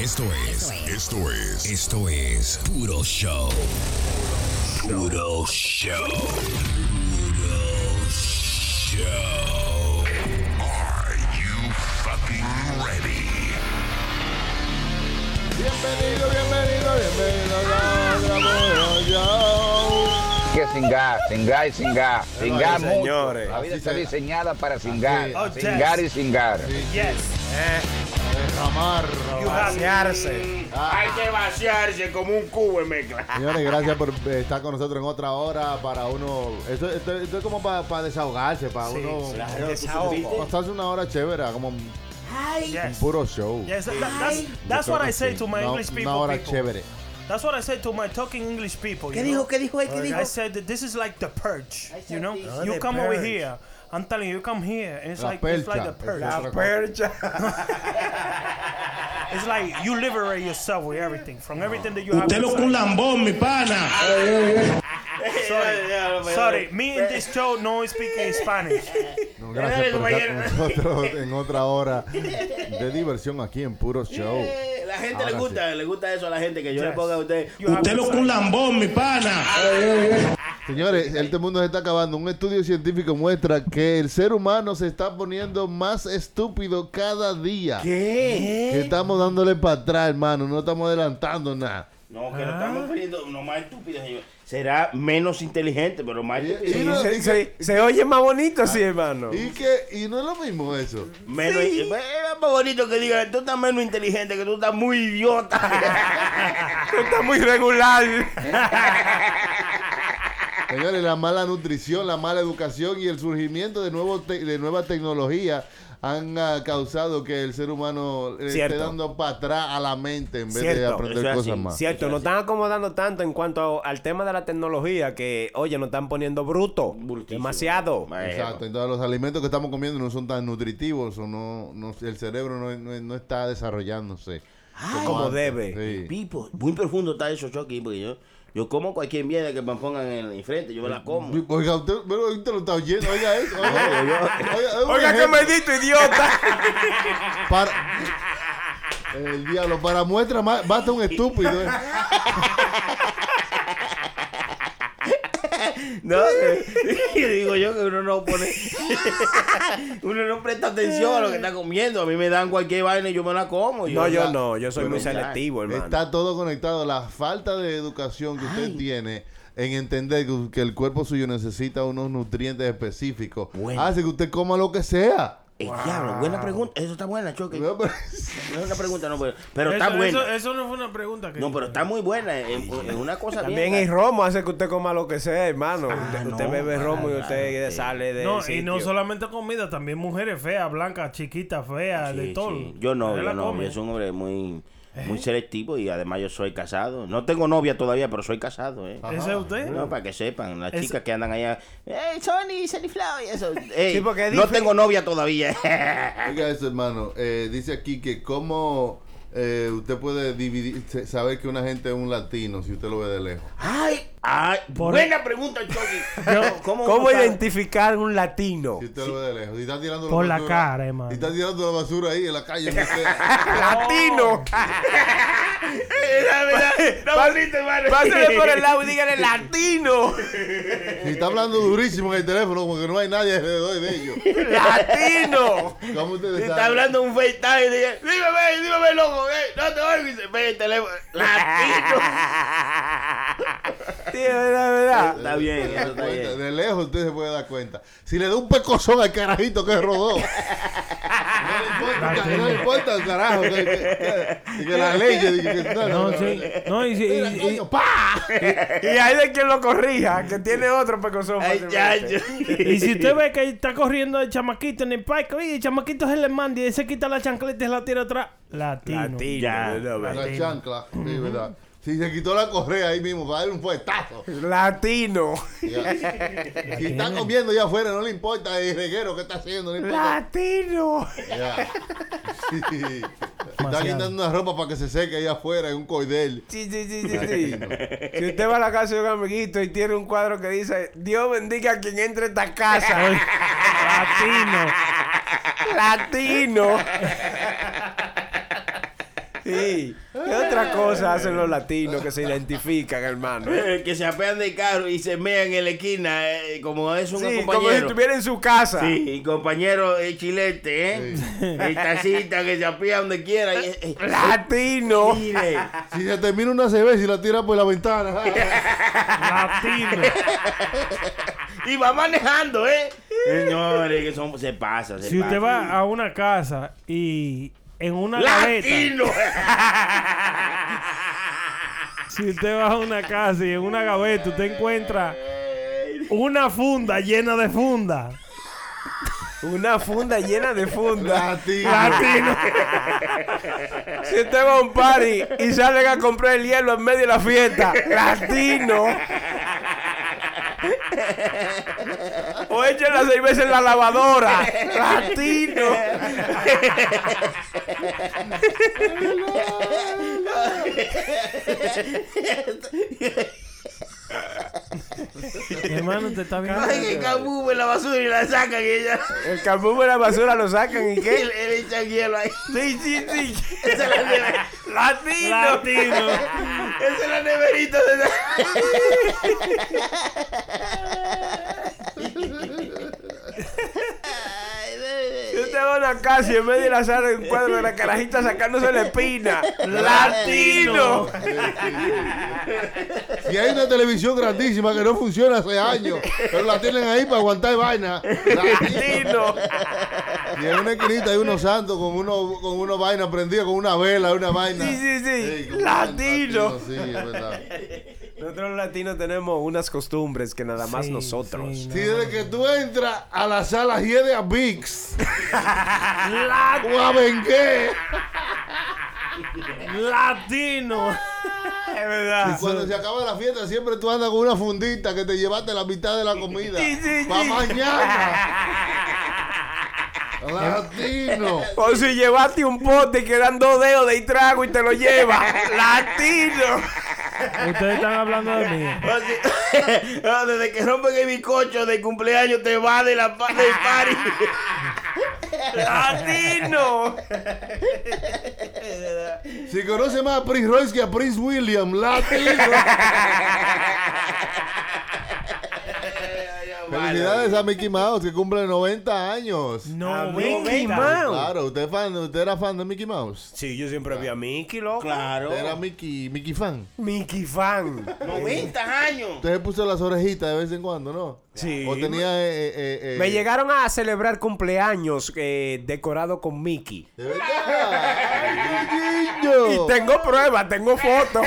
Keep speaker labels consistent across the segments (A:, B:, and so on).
A: Esto es, esto es, esto es Puro Show. Puro Show. Puro Show. Are you fucking ready?
B: Bienvenido, bienvenido, bienvenido a Puro Show.
C: que singar, singar y singar, singar mucho.
D: señores.
C: La vida
B: Así
C: está
B: será.
C: diseñada para singar,
B: Oh,
D: yes.
C: singar y singar.
D: Yes.
B: A Derramar.
D: Vaciarse.
E: Hay que vaciarse como un cubo en mezcla.
B: Señores, gracias por eh, estar con nosotros en otra hora para uno. Esto, esto- esto es como para desahogarse, para uno.
D: claro, desahogo.
B: Pasarse una hora chévere, como un
D: Yes.
B: puro show.
F: Yes, that, that's, that's
B: Yo
F: what
B: creo
F: I
B: que
F: say
B: sí.
F: to my
B: Una-
F: English people.
B: Una hora
F: people.
B: chévere.
F: That's what I say to my talking English people.
G: ¿Qué
F: you know?
G: dijo? ¿Qué dijo él? ¿Qué
F: I
G: dijo?
F: said that this is like the purge.
G: I said
F: You know,
G: this.
D: Oh,
F: you
D: the
F: come over
D: purge.
F: here. I'm telling you, you come here, and it's
B: La
F: like it's like the
B: percha.
F: purge.
D: La
B: It's
D: percha.
F: It's like you liberate yourself with everything, from everything that you have.
H: Usted lo que un
F: inside.
H: lambón, mi pana.
F: Sorry, sorry. Me and this show no speaking Spanish.
B: No, gracias por estar con nosotros en otra hora de diversión aquí en puro show.
G: Eh, La gente
B: oh. Ahora
G: le gusta, le gusta eso a la gente que yo le
F: Yes.
G: ponga a usted.
F: You have
H: Usted lo que un
F: inside.
H: lambón, mi pana.
B: Señores, este mundo se está acabando. Un estudio científico muestra que el ser humano se está poniendo más estúpido cada día.
G: ¿Qué?
B: Que estamos dándole para atrás, hermano. No estamos adelantando nada.
G: No, que lo estamos poniendo no más estúpido. señor. Será menos inteligente, pero más
B: Y, y
G: estúpido.
B: no,
D: Se,
B: y que,
D: se- se oye más bonito
G: Ah,
D: así, hermano.
B: y que- y no es lo mismo eso.
G: Menos, Eh, Es más bonito que diga, tú estás menos inteligente, que tú estás muy idiota.
D: Tú estás muy regular.
B: Señores, la mala nutrición, la mala educación y el surgimiento de, nuevos te- de nueva tecnología han ah, causado que el ser humano le
D: Cierto.
B: esté dando para atrás a la mente en vez de
D: Cierto.
B: aprender
G: Eso es
B: cosas
G: así.
B: más.
D: Cierto, nos están acomodando tanto en cuanto al tema de la tecnología que, oye, nos están poniendo bruto.
G: Brutísimo.
D: Demasiado.
B: Exacto, entonces los alimentos que estamos comiendo no son tan nutritivos o no, no- el cerebro no, no- no está desarrollándose.
D: Como
B: antes.
D: debe.
B: Sí.
G: Pipo, muy profundo está eso, Chucky, porque yo, yo como cualquier mierda que me pongan en el frente, yo me la como.
B: Oiga, usted, pero usted lo está oyendo, oiga eso. Oiga, oiga, es un
D: Oiga, qué
B: ejemplo.
D: maldito idiota.
B: Para... El diablo, para muestra ma- basta un estúpido. eh.
G: No, que- digo yo que uno no pone. uno no presta atención a lo que está comiendo. A mí me dan cualquier vaina y yo me la como.
D: No, yo
G: la-
D: no. Yo soy
G: Pero
D: muy
G: ya,
D: selectivo, hermano.
B: Está todo conectado. La falta de educación que usted tiene en entender que, que el cuerpo suyo necesita unos nutrientes específicos
G: Bueno.
B: hace que usted coma lo que sea.
G: Eh, diablo, buena pregunta. Eso está buena, Choque.
B: No,
G: No pues,
B: pero-
G: es una pregunta, no, pero, pero está
F: eso,
G: buena.
F: eso, eso no fue una pregunta que.
G: No, pero está muy buena. Es, es una cosa
D: También el
G: bien.
D: romo hace que usted coma lo que sea, hermano. usted
G: Ah, no,
D: usted bebe romo y
G: claro,
D: usted
G: claro, sí.
D: sale de.
F: No, y no
D: sitio.
F: solamente comida, también mujeres feas, blancas, chiquitas, feas,
G: Sí,
F: de
G: sí. Eh.
F: todo.
G: Yo no,
F: Él
G: yo
F: la
G: no.
F: come.
G: Yo soy un hombre muy, muy selectivo y además yo soy casado. No tengo novia todavía, pero soy casado, ¿eh?
F: ¿Ese es usted?
G: No, para que sepan, las
F: Es-
G: chicas que andan allá, ¡Ey, Sony, Sony Flow! Y eso. Ey,
D: Sí, porque es
G: no
D: dife-
G: tengo novia todavía.
B: Oiga eso, hermano. Eh, dice aquí que cómo eh, usted puede dividir, se- saber que una gente es un latino si usted lo ve de lejos.
G: ¡Ay! ¡Ay! buena pregunta, Chucky. ¿Cómo,
D: ¿Cómo
G: uno sabe?
D: identificar un latino?
B: Si usted lo ve de lejos. Y está tirando
F: Por
B: la
F: la
B: basura.
F: cara, hermano.
B: Y está tirando la basura ahí en la calle. no sé.
D: ¡Latino!
G: Mira, mira, está bonito, hermano.
D: Pásale por el lado y dígale latino.
B: y está hablando durísimo en el teléfono como que no hay nadie alrededor de ellos.
D: ¡Latino!
B: ¿Cómo ustedes
G: Está
B: saben?
G: hablando un FaceTime y dice, dímame, dímame, loco, ey, no te oigo. Y se pega el teléfono. ¡Latino!
D: Sí, es verdad, es verdad.
G: está bien,
B: Se da
G: eso está
B: cuenta.
G: bien.
B: De lejos usted se puede dar cuenta. Si le da un pecozón al carajito que rodó. No le importa, no le importa el carajo. Que, que- que la ley. que- que- que-
F: No, sí. No, y, y-
B: Mira,
F: y-
B: coño, ¡pa!
D: Y hay de quien lo corrija, que tiene otro pues, pecozón.
G: Ay,
D: fácilmente.
G: chacho.
F: Y si usted ve que está corriendo el chamaquito en el parque, oye, el chamaquito es el hermano y se quita la chancleta y la tira atrás. Latino.
D: Latino.
G: Ya.
D: ¿verdad, verdad?
B: La chancla. Sí, verdad. Si se quitó la correa ahí mismo para darle un fuetazo.
D: Latino.
B: Ya. Si está comiendo allá afuera, no le importa el reguero que está haciendo. No le importa.
D: Latino.
B: Ya. Sí. Está quitando una ropa para que se seque allá afuera en un coidel.
D: Sí, sí, sí, sí, sí. Si usted va a la casa de un amiguito y tiene un cuadro que dice, Dios bendiga a quien entre a esta casa.
F: Latino.
D: latino. Sí. ¿Qué otra cosa hacen los latinos que se identifican, hermano?
G: Eh, que se apean del carro y se mean en la esquina, eh, como es un
D: Sí,
G: compañero.
D: como si estuviera en su casa.
G: Sí, compañero eh, chilete, ¿eh? El tacita que se apía donde quiera. y- eh,
D: Latino.
G: mire,
B: Si se termina una cerveza y la tira por la ventana.
F: Latino.
G: y va manejando, ¿eh? Señores, que son, se pasa, se
F: Si usted
G: pasa.
F: va a una casa y en una gaveta,
G: ¡Latino!
F: si usted va a una casa y en una gaveta usted encuentra una funda llena de funda.
D: Una funda llena de funda.
B: Latino.
F: Latino.
D: Si usted va a un party y salen a comprar el hielo en medio de la fiesta, latino. O echen las seis veces en la lavadora, latino.
F: Mi hermano, te está viendo.
G: Ay, que cabubo en la basura y la sacan y ella
D: El carbón de la basura lo sacan y
G: y le,
D: qué.
G: le echan hielo ahí.
D: Sí, sí, sí.
G: Esa es la, neve-
D: Latino.
F: Latino.
G: esa es la neverita de
D: Si usted va a una casa y en medio de la sala en cuadro de la carajita sacándose la espina, latino.
B: Si hay una televisión grandísima que no funciona hace años, pero la tienen ahí para aguantar vaina.
D: Latino.
B: Latino. Y en una esquinita hay unos santos con unos con unos vainas prendidas, con una vela, una vaina.
D: Sí, sí, sí.
B: como
D: Latino.
B: Sí, es verdad.
D: Nosotros los latinos tenemos unas costumbres que nada más
F: Sí,
D: nosotros.
F: sí, no.
B: Si desde que tú entras a la sala hiede a VIX. Guabengué.
F: Latino.
D: Es verdad.
B: Cuando se acaba la fiesta siempre tú andas con una fundita que te llevaste la mitad de la comida.
D: Sí, sí,
B: Pa'
D: sí.
B: mañana. Latino.
D: O si llevaste un pote y quedan dos dedos de ahí trago y te lo lleva. ¡Latino!
F: Ustedes están hablando de mí.
G: Así- Ah, Desde que rompen el bizcocho de cumpleaños te va de la pa- del party.
D: ¡Latino!
B: Si conoce más a Prince Royce que a Prince William, latino. Felicidades a Mickey Mouse que cumple 90 años.
F: No,
D: Mickey
F: venga.
D: Mouse.
B: Claro, usted, es fan, usted era fan de Mickey Mouse.
D: Sí, yo siempre vi a Mickey, loco.
G: Claro.
B: Usted era Mickey, Mickey fan.
D: Mickey fan.
G: 90 años.
B: Usted se puso las orejitas de vez en cuando, ¿no?
D: Sí.
B: O tenía. eh, eh, eh,
D: Me
B: eh,
D: llegaron a celebrar cumpleaños eh, decorado con Mickey.
B: De verdad. Ay,
D: Y
B: niño.
D: tengo pruebas, tengo fotos.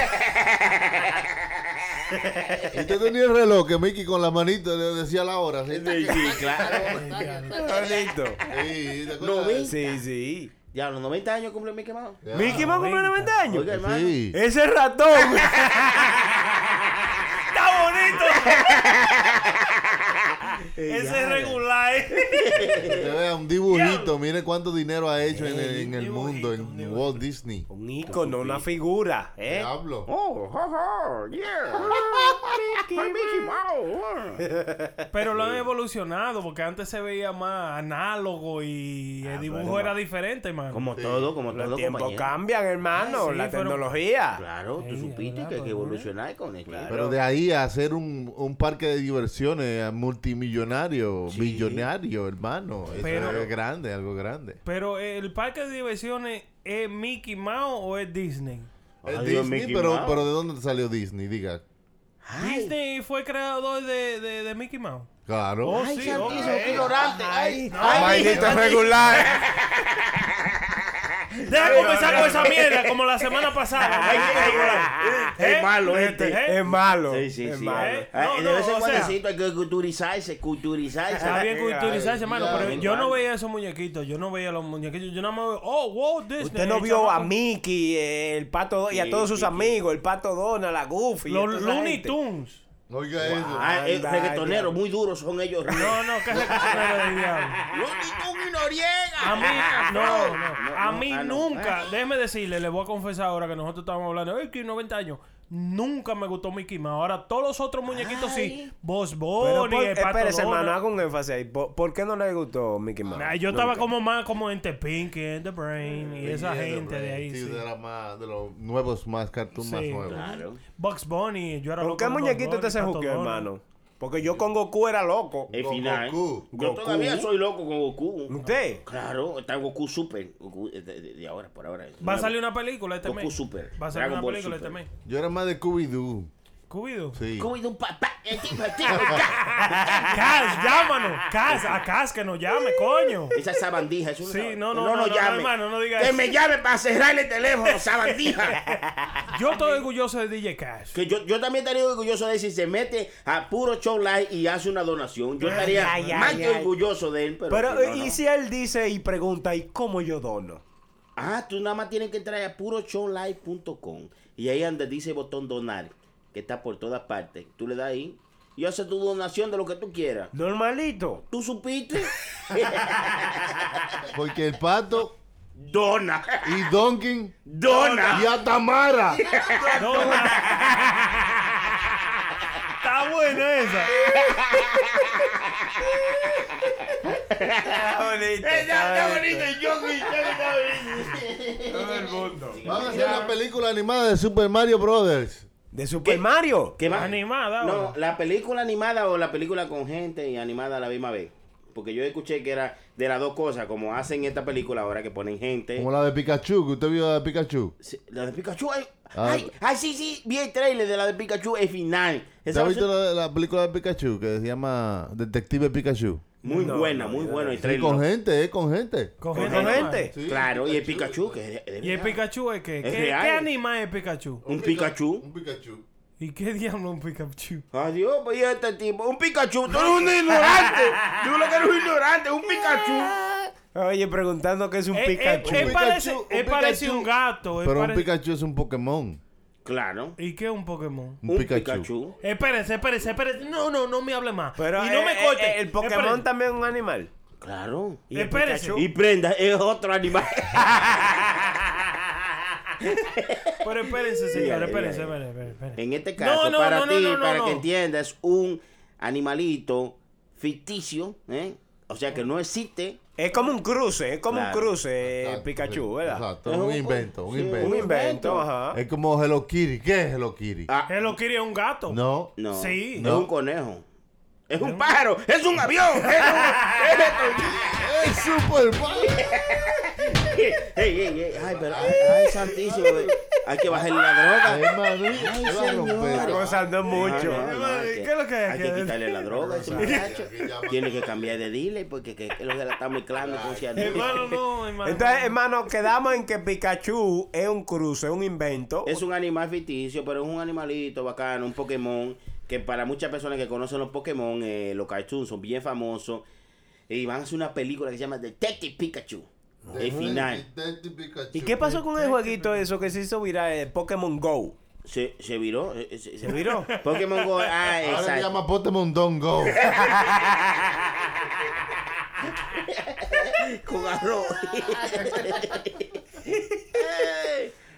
B: Y usted tenía el reloj que Mickey con la manito le decía la hora. Sí,
G: Sí, sí, claro.
D: Bonito.
B: Sí, ¿te acuerdas?
D: Sí, sí.
G: Ya, los 90 años cumple mi quemado.
B: Ya.
D: Mickey va a cumplir 90 años.
G: Oiga, hermano.
B: Sí.
D: Ese ratón.
F: Está bonito. Ese es regular. ¿eh?
B: Usted vea un dibujito. Mire cuánto dinero ha hecho en el, en el mundo, en Walt Disney.
D: Un ícono, una figura. ¿eh?
B: Diablo.
G: Oh, ho, ho, yeah. Mickey Mouse.
F: Pero lo han evolucionado porque antes se veía más análogo y
D: Ah,
F: el dibujo era diferente, man.
G: Como todo, como
D: Los
G: todo,
D: tiempos
G: compañero.
D: cambian, hermano.
F: Ah, sí,
D: la
F: fueron-
D: tecnología.
G: Claro, tú
F: Sí,
G: supiste
F: es
G: que hay
F: verdad,
G: que
F: pues,
G: evolucionar con esto.
B: Pero de ahí a hacer un, un parque de diversiones a multimillonario, millonario, hermano. Eso
F: Pero-
B: es grande, algo grande.
F: Pero eh, el parque de diversiones es Mickey Mouse o es Disney?
B: Es
G: Adiós,
B: Disney,
G: Mickey
B: pero,
G: Mouse.
B: pero ¿de dónde salió Disney? Diga.
F: Disney fue creador de, de, de Mickey Mouse.
B: Claro.
F: Ay, Oh, sí,
G: Santísimo,
F: ok.
G: qué ignorante. Ay, ay,
D: Maldito
G: ay,
D: regular.
F: Deja de comenzar con esa mierda como la semana pasada.
G: ay, ay, ay.
F: ¿Eh?
G: Es malo este.
F: ¿Eh?
D: Es malo.
G: Sí, sí,
D: es
G: sí.
D: malo.
F: Eh,
G: Ay, de
F: no, no,
G: vez en
F: o
G: cuando
F: sea-
G: sí, hay que culturizarse, culturizarse.
F: Está bien culturizarse, hermano,
B: ya,
F: pero
G: ya.
F: yo no veía esos muñequitos, yo no veía los muñequitos, yo nada más veo, oh, wow, Disney.
D: Usted
F: el
D: no vio a
F: chamaco-
D: Mickey, eh, el pato Do- y a todos sus amigos, el pato Donald, la Goofy. y toda
F: Los
D: esa
F: Looney
D: gente.
F: Tunes.
B: Oiga
G: Ah, eh,
D: Anda,
G: reggaetoneros,
D: diablo.
G: muy duros son ellos.
F: No, no, ¿qué es de diablo?
G: Looney y Noriega.
F: A mí, no, no,
G: No,
F: a
G: no,
F: mí
G: ah, no.
F: nunca, déjeme decirle, le voy a confesar ahora que nosotros estábamos hablando, ay, que 90 años. Nunca me gustó Mickey Mouse. Ahora todos los otros muñequitos sí.
I: Ay.
F: Boss
D: Pero
F: Bunny,
D: por-
F: el Pato
D: pues, espérese,
F: Donald.
D: hermano, haga un énfasis ahí. ¿Por, por qué no le gustó Mickey Mouse?
F: Nah, yo
D: Nunca.
F: estaba como más como entre Pinky and the Brain y esa gente de ahí.
B: Sí,
F: Sí.
B: de, la más- de los nuevos más cartoons más
F: Sí,
B: nuevos.
F: Bugs Bunny, yo era
D: ¿Con
F: loco
D: qué
F: con Bugs
D: muñequito usted
F: Bunny,
D: se
F: Pato
D: juqueó,
F: Donald.
D: hermano? Porque yo con Goku era loco.
G: El
B: Go-
G: final.
B: Goku.
G: Yo
D: Goku.
G: todavía soy loco con Goku.
D: ¿Usted?
G: Claro, está Goku Super. Goku eh, de, de- de ahora, por ahora.
F: Va a salir una película este
G: Goku
F: mes.
G: Super.
F: Va a salir
G: Dragon
F: una
G: Ball
F: película este
G: Super.
F: mes.
B: Yo era más de Scooby-Doo.
F: Cubido.
B: Sí.
G: Goku y un papá. eh, tipo, tipo,
F: Cas, llámanos. Cas, a Cas que nos llame, coño.
G: Esa sabandija es una.
F: Sí, no, no, no, no, hermano, no diga
G: que
F: eso.
G: me llame para cerrarle el teléfono, sabandija.
F: Yo estoy orgulloso de DJ Cash.
G: que yo, yo también estaría orgulloso de él si se mete a puro show live y hace una donación. Yo estaría
I: ay,
G: más
I: ay,
G: que
I: ay.
G: orgulloso de él, pero.
D: Pero, eh,
G: que no,
D: ¿y
G: no.
D: si él dice y pregunta, ¿y cómo yo dono?
G: Ah, tú nada más tienes que entrar a puroshowlive.com y ahí donde dice el botón donar, que está por todas partes. Tú le das ahí y haces tu donación de lo que tú quieras.
D: Normalito.
G: ¿Tú supiste?
B: Porque el pato
G: Dona.
B: y Donkin
G: Dona.
B: y Atamara.
F: Está buena esa.
B: Van a hacer la película animada de Super Mario Brothers.
D: ¿De Super Mario?
G: ¿Qué más?
F: Animada.
G: No,
F: ahora.
G: la película animada o la película con gente y animada a la misma vez. Porque yo escuché que era de las dos cosas, como hacen esta película ahora que ponen gente.
B: Como la de Pikachu, que usted vio la de Pikachu.
G: Sí, La de Pikachu, ay,
B: Ah.
G: ay, ay, sí, sí, vi el trailer de la de Pikachu, el final.
B: ¿Te
G: Esa
B: has
G: va a ser
B: visto la, la película de Pikachu que se llama Detective Pikachu?
G: Muy
D: No,
G: buena,
D: no,
G: muy
D: yo
G: bueno el
B: Sí,
G: trailer.
B: con gente, eh, con gente.
F: Con
D: ¿Con
F: gente,
D: gente?
B: Sí,
G: Claro, y el Pikachu, que es de- de
F: Y el
G: verdad.
F: Pikachu es que.
G: Es
F: ¿Qué, qué
G: real.
F: anima es Pikachu?
G: Un Pikachu.
B: Un Pikachu.
F: ¿Y qué diablo un Pikachu?
G: Adiós, pues y este tipo. Un Pikachu. Tú eres un ignorante. Tú lo que eres un ignorante. Un Pikachu.
D: Oye, preguntando qué es un
F: Eh, eh,
D: Pikachu.
F: eh, parece-
B: Un
F: eh,
B: Pikachu.
F: parece un gato. eh,
B: Pero un
F: parece-
B: Pikachu es un Pokémon.
G: Claro.
F: ¿Y qué es un Pokémon?
B: Un, Pikachu.
F: Espérense, espérense, espérense. No, no, no me hable más.
D: Pero
F: y no
D: eh,
F: me
D: eh,
F: corte.
D: eh, el Pokémon
F: Espérense.
D: también es un animal.
G: Claro. Y,
D: el
F: Espérense.
D: Pikachu?
G: y prenda, es otro animal.
F: Pero espérense, señor.
G: Dígale,
F: Espérense,
G: dígale.
F: espérense, espérense.
G: en este caso,
F: No, no,
G: para
F: no, no,
G: ti,
F: no, no,
G: para
F: no.
G: que entiendas, un animalito ficticio, ¿eh? O sea que no existe.
D: Es como un cruce, es como
G: Claro.
D: un cruce, eh,
B: Exacto,
D: Pikachu,
B: sí,
D: ¿verdad?
B: Ah, Exacto, es un invento, un
G: sí,
D: Un
B: invento.
D: invento, ajá.
B: Es como Hello Kitty. ¿Qué es Hello Kitty?
G: Ah,
F: Hello Kitty es un gato.
B: No.
G: no.
F: Eh, Sí.
G: Es
B: No.
G: un conejo. Es un pájaro. Es un avión. Es un. es un-
B: ¡Es Super Mario!
G: Ey, ey, ey. Ay, pero ay, ay, santísimo. güey. Hay que bajarle la droga.
B: Ay, Mario, te va a romper.
D: Gozando mucho.
G: No, no, no, hay
F: ¿Qué es lo que hay
G: Hay
F: que
G: que
F: hacer?
G: quitarle la droga a ese muchacho. Tiene que cambiar de dealer porque que, que lo que la está mezclando con
F: Hermano,
G: cianuro.
F: no, hermano.
D: Entonces, hermano, quedamos en que Pikachu es un cruce, es un invento.
G: Es un animal ficticio, pero es un animalito bacano, un Pokémon. Que para muchas personas que conocen los Pokémon, eh, los cartoons son bien famosos. Y van a hacer una película que se llama Detective Pikachu. El final.
D: ¿Y qué pasó con el jueguito eso que se hizo viral, el Pokémon Go?
G: Se, se viró. eh, eh, Se, se-
D: viró?
G: Pokémon Go. Ah,
B: Ahora se
G: exacto.
B: llama Pokémon Don't Go.
G: Con arroz.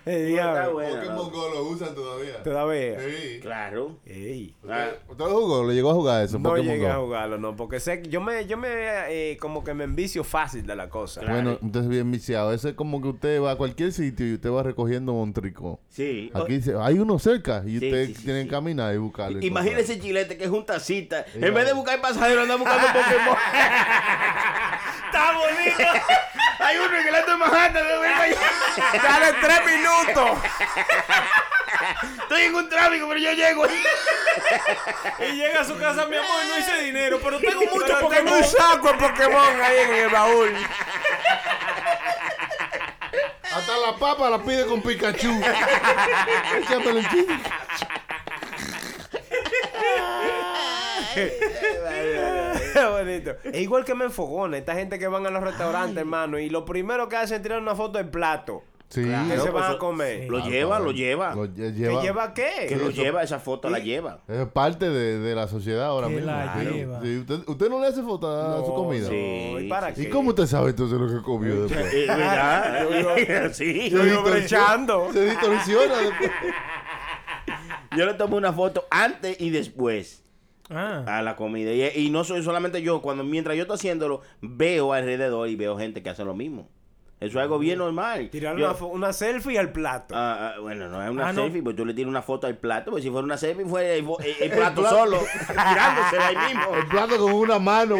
D: El
G: Está
D: diablo.
G: bueno, ¿no?
B: Go lo usan todavía.
D: Todavía.
B: Sí. Eh,
G: Claro.
D: Ey.
G: Ah,
B: ¿Usted lo jugó? ¿Le llegó a jugar eso?
D: No
B: Pokémon
D: llegué a
B: Go?
D: jugarlo, no, porque sé que yo me, yo me eh, como que me envicio fácil de la cosa.
B: Bueno, entonces bien viciado. Eso es como que usted va a cualquier sitio y usted va recogiendo montrico.
G: sí.
B: Aquí dice, hay uno cerca y
G: Sí,
B: usted
G: sí, sí,
B: tiene
G: sí.
B: que caminar y buscarlo. y
G: Imagínese Chilete que es un tacita.
B: Dígame.
G: En vez de buscar pasajeros, anda buscando Pokémon.
F: Está bonito.
G: Hay uno en el alto de Manhattan. de vuelta allá.
D: ¡Dale tres minutos!
G: Estoy en un tráfico, pero yo llego.
F: Y llega a su casa, mi amor, no hice dinero, pero tengo mucho
D: Pero tengo
F: Pokémon.
D: un saco de Pokémon ahí en el baúl.
B: Hasta la papa la pide con Pikachu. Échamelo un chiste.
D: Qué bonito. Es E igual que me enfogona. Esta gente que van a los restaurantes, hermano, y lo primero que hacen es tirar una foto del plato.
B: Sí.
D: Que
G: Claro,
D: se van
G: pues,
D: a comer.
G: Lo lleva, lo lleva.
B: ah, Lo lle-
D: ¿Que
B: lleva.
D: lleva
G: Que
D: qué?
G: lo lleva, esa foto la lleva.
B: Es parte de, de la sociedad ahora
F: Que
B: mismo.
F: la
B: Sí.
F: lleva.
B: Sí, usted, usted no le hace foto a su comida?
G: sí.
D: No, ¿Y para
B: ¿Y
D: qué?
B: cómo usted sabe entonces lo que comió después?
G: Eh, ¿Verdad? sí.
D: Yo vivo brechando.
B: Se distorsiona después.
G: Yo le tomé una foto antes y después
F: Ah,
G: a la comida. Y, y no soy solamente yo. Cuando mientras yo estoy haciéndolo, veo alrededor y veo gente que hace lo mismo. Eso es algo bien normal.
D: Tirar
G: Yo-
D: una, fo- una selfie al plato.
G: Ah, ah, bueno, no es una
F: Ah, no.
G: selfie, pues tú le tiras una foto al plato, pues si fuera una selfie fuera el, bo- el- el plato solo, tirándosela ahí mismo.
B: El plato con una mano.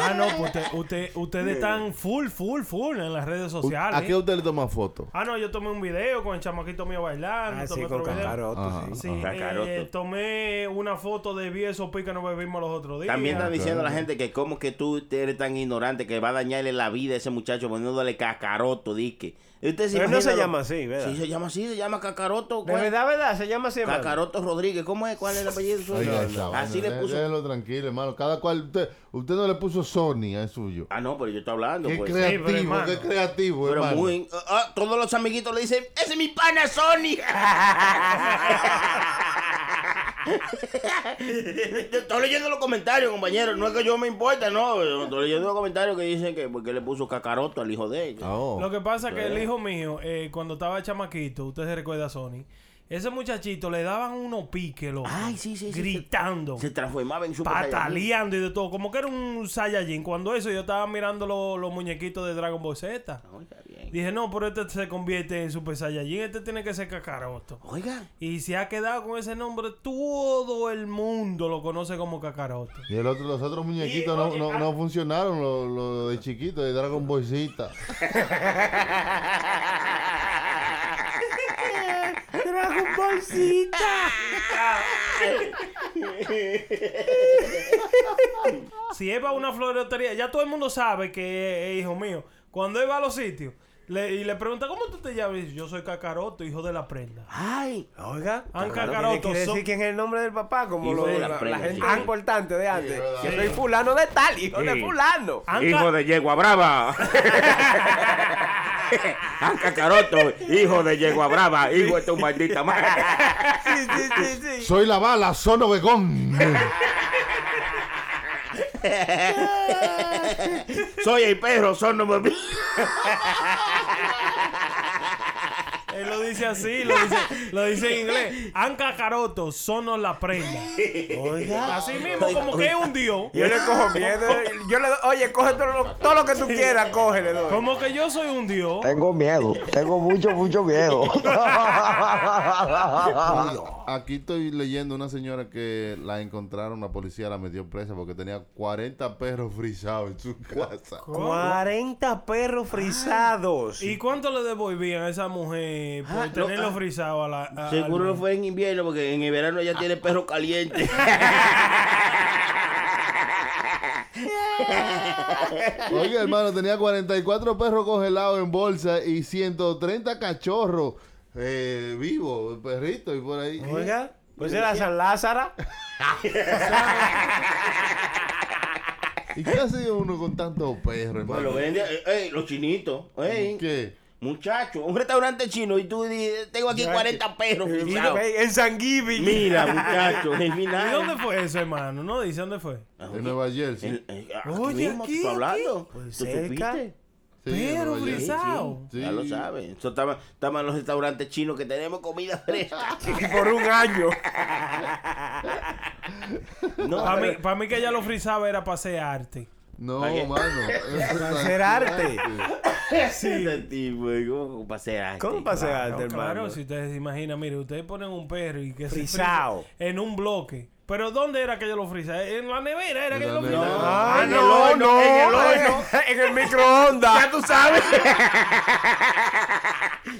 F: ah, no, pues usted- usted- ustedes están full, full, full en las redes
B: ¿A
F: sociales.
B: qué usted le toma foto?
F: Ah, no, yo tomé un video con el chamaquito mío bailando.
D: Ah, sí,
F: tomé
D: con
F: otro video.
D: Cacaroto,
B: Ajá.
D: sí.
F: Sí,
G: Con
F: eh,
G: cacaroto.
F: tomé una foto de Biesopi que nos bebimos los otros días.
G: También está diciendo la gente que como que tú eres tan ignorante que va a dañarle la vida a ese muchacho poniéndole cacaroto, dique. Usted
D: Pero no se
G: imagina lo-
D: llama así, ¿verdad?
G: Sí, se llama así, se llama cacaroto.
D: De
G: ¿cuál?
D: verdad, verdad, se llama así. hermano?
G: Cacaroto Rodríguez, ¿cómo es? ¿Cuál es el apellido
F: Ah,
G: suyo?
B: Oiga, esa vaina,
G: así le
B: dé-
G: puso.
B: déjelo tranquilo, hermano. Cada cual. Usted, usted no le puso Sony al suyo.
G: Ah, no, pero yo estoy hablando,
B: Qué
G: pues.
B: creativo,
F: pero hermano.
B: qué creativo,
G: Pero
B: hermano.
G: muy. ah, ah, todos los amiguitos le dicen: ¡Ese es mi pana Sony! Estoy leyendo los comentarios, compañero. No es que yo me importa, no. Estoy leyendo los comentarios que dicen que porque le puso cacaroto al hijo de ella.
B: Ah, oh.
F: Lo que pasa es que el hijo mío, eh, cuando estaba chamaquito, usted se recuerda a Sony, ese muchachito le daban unos piques, loco.
G: Ay, sí, sí, sí.
F: Gritando.
G: Se transformaba en su
F: pataleando y de todo. Como que era un Saiyajin. Cuando eso yo estaba mirando lo- los muñequitos de Dragon Ball Z.
G: Oiga, bien.
F: Dije, no, pero este se convierte en Super Saiyajin. Este tiene que ser Kakaroto.
G: Oiga.
F: Y se ha quedado con ese nombre. Todo el mundo lo conoce como Kakaroto.
B: Y el otro, los otros muñequitos no,
F: ah.
B: no, no funcionaron, los los de chiquito, de Dragon Ballcita.
D: Dragon Ball Z.
F: Si él va a una floretería, ya todo el mundo sabe que es hijo mío. Cuando él va a los sitios le- y le pregunta, ¿cómo tú te llamas? Y dice, Yo soy Kakaroto, hijo de la prenda.
G: Ay.
D: Oiga,
F: Han
D: tiene
F: cacaroto.
D: que
F: son-
D: decir quién es el nombre del papá, como lo,
G: Hijo de
D: la,
G: la
D: la
G: prenda, Ah.
D: gente
G: sí.
D: importante de antes.
B: verdad.
D: Yo soy fulano de tal, hijo de
E: Sí.
D: fulano.
F: Han
E: Hijo
F: ca-
E: de yegua brava. Ah, Cacaroto, hijo de yegua brava, hijo de tu maldita madre.
D: Sí, sí, sí, sí.
B: Soy la bala, sono vegón.
E: Soy el perro, son no me-
F: Él lo dice así, lo dice, lo dice en inglés. Han Kakaroto, sonos la prenda. Así mismo, como que es un dios.
D: Yo le cojo miedo. Yo le doy, oye, coge todo lo, todo lo que tú quieras, coge, le doy.
F: Como que yo soy un dios.
C: Tengo miedo, tengo mucho, mucho miedo.
B: Ah, Aquí estoy leyendo una señora que la encontraron, la policía la metió presa porque tenía 40 perros frisados en su casa.
D: 40 perros frisados.
F: ¿Y cuánto le devolvían a esa mujer por
G: Ah, no,
F: tenerlo
G: ah.
F: frisado a la. a-
G: Seguro
F: al-
G: no fue en invierno porque en el verano ella tiene perro caliente.
B: Oiga, hermano, tenía 44 perros congelados en bolsa y 130 cachorros eh, vivos, perritos y por ahí.
D: Oiga, pues era San Lázaro.
B: ¿Y qué hacía uno con tantos perros,
G: Pues lo
B: hermano?
G: venden, eh, eh, los chinitos, ey.
B: ¿Qué?
G: Muchacho, un restaurante chino y tú dices, tengo aquí 40 perros.
D: Y-
G: frisados".
D: En San Giving.
G: Mira, muchacho, es mi
F: ¿Y
G: nada.
F: dónde fue eso, hermano? No dice dónde fue.
G: Ah,
B: En Nueva Jersey.
G: En- eh, aquí
F: Oye,
G: mismo,
F: aquí,
G: te estoy hablando.
D: Pues
G: ¿Tú
D: cerca.
G: supiste?
B: Sí, en
F: Pero
B: Nueva Jersey.
F: frisado.
B: Sí.
G: Ya lo sabes. Eso estaba, estaba en los restaurantes chinos que tenemos comida fresca.
D: Y por un año.
G: No,
F: Para mí,
G: pero-
F: pa' mí que ella lo frisaba era para hacer arte.
B: No,
G: ¿Para qué?
B: mano. eso es
D: hacer arte.
G: Este tipo, ¿eh? ¿Cómo pasé arte?
D: ¿Cómo pasé antes,
F: No, claro,
D: hermano?
F: si ustedes se imaginan, mire, ustedes ponen un perro y que se
D: Frisado.
F: frisa en un bloque. Pero ¿dónde era que yo lo frisaba? En la nevera era que
B: En
F: yo lo
B: la nevera.
F: frisaba.
D: Ah,
G: En el
D: no,
G: horno,
D: no.
G: en el horno.
D: En el microondas.
G: Ya tú sabes.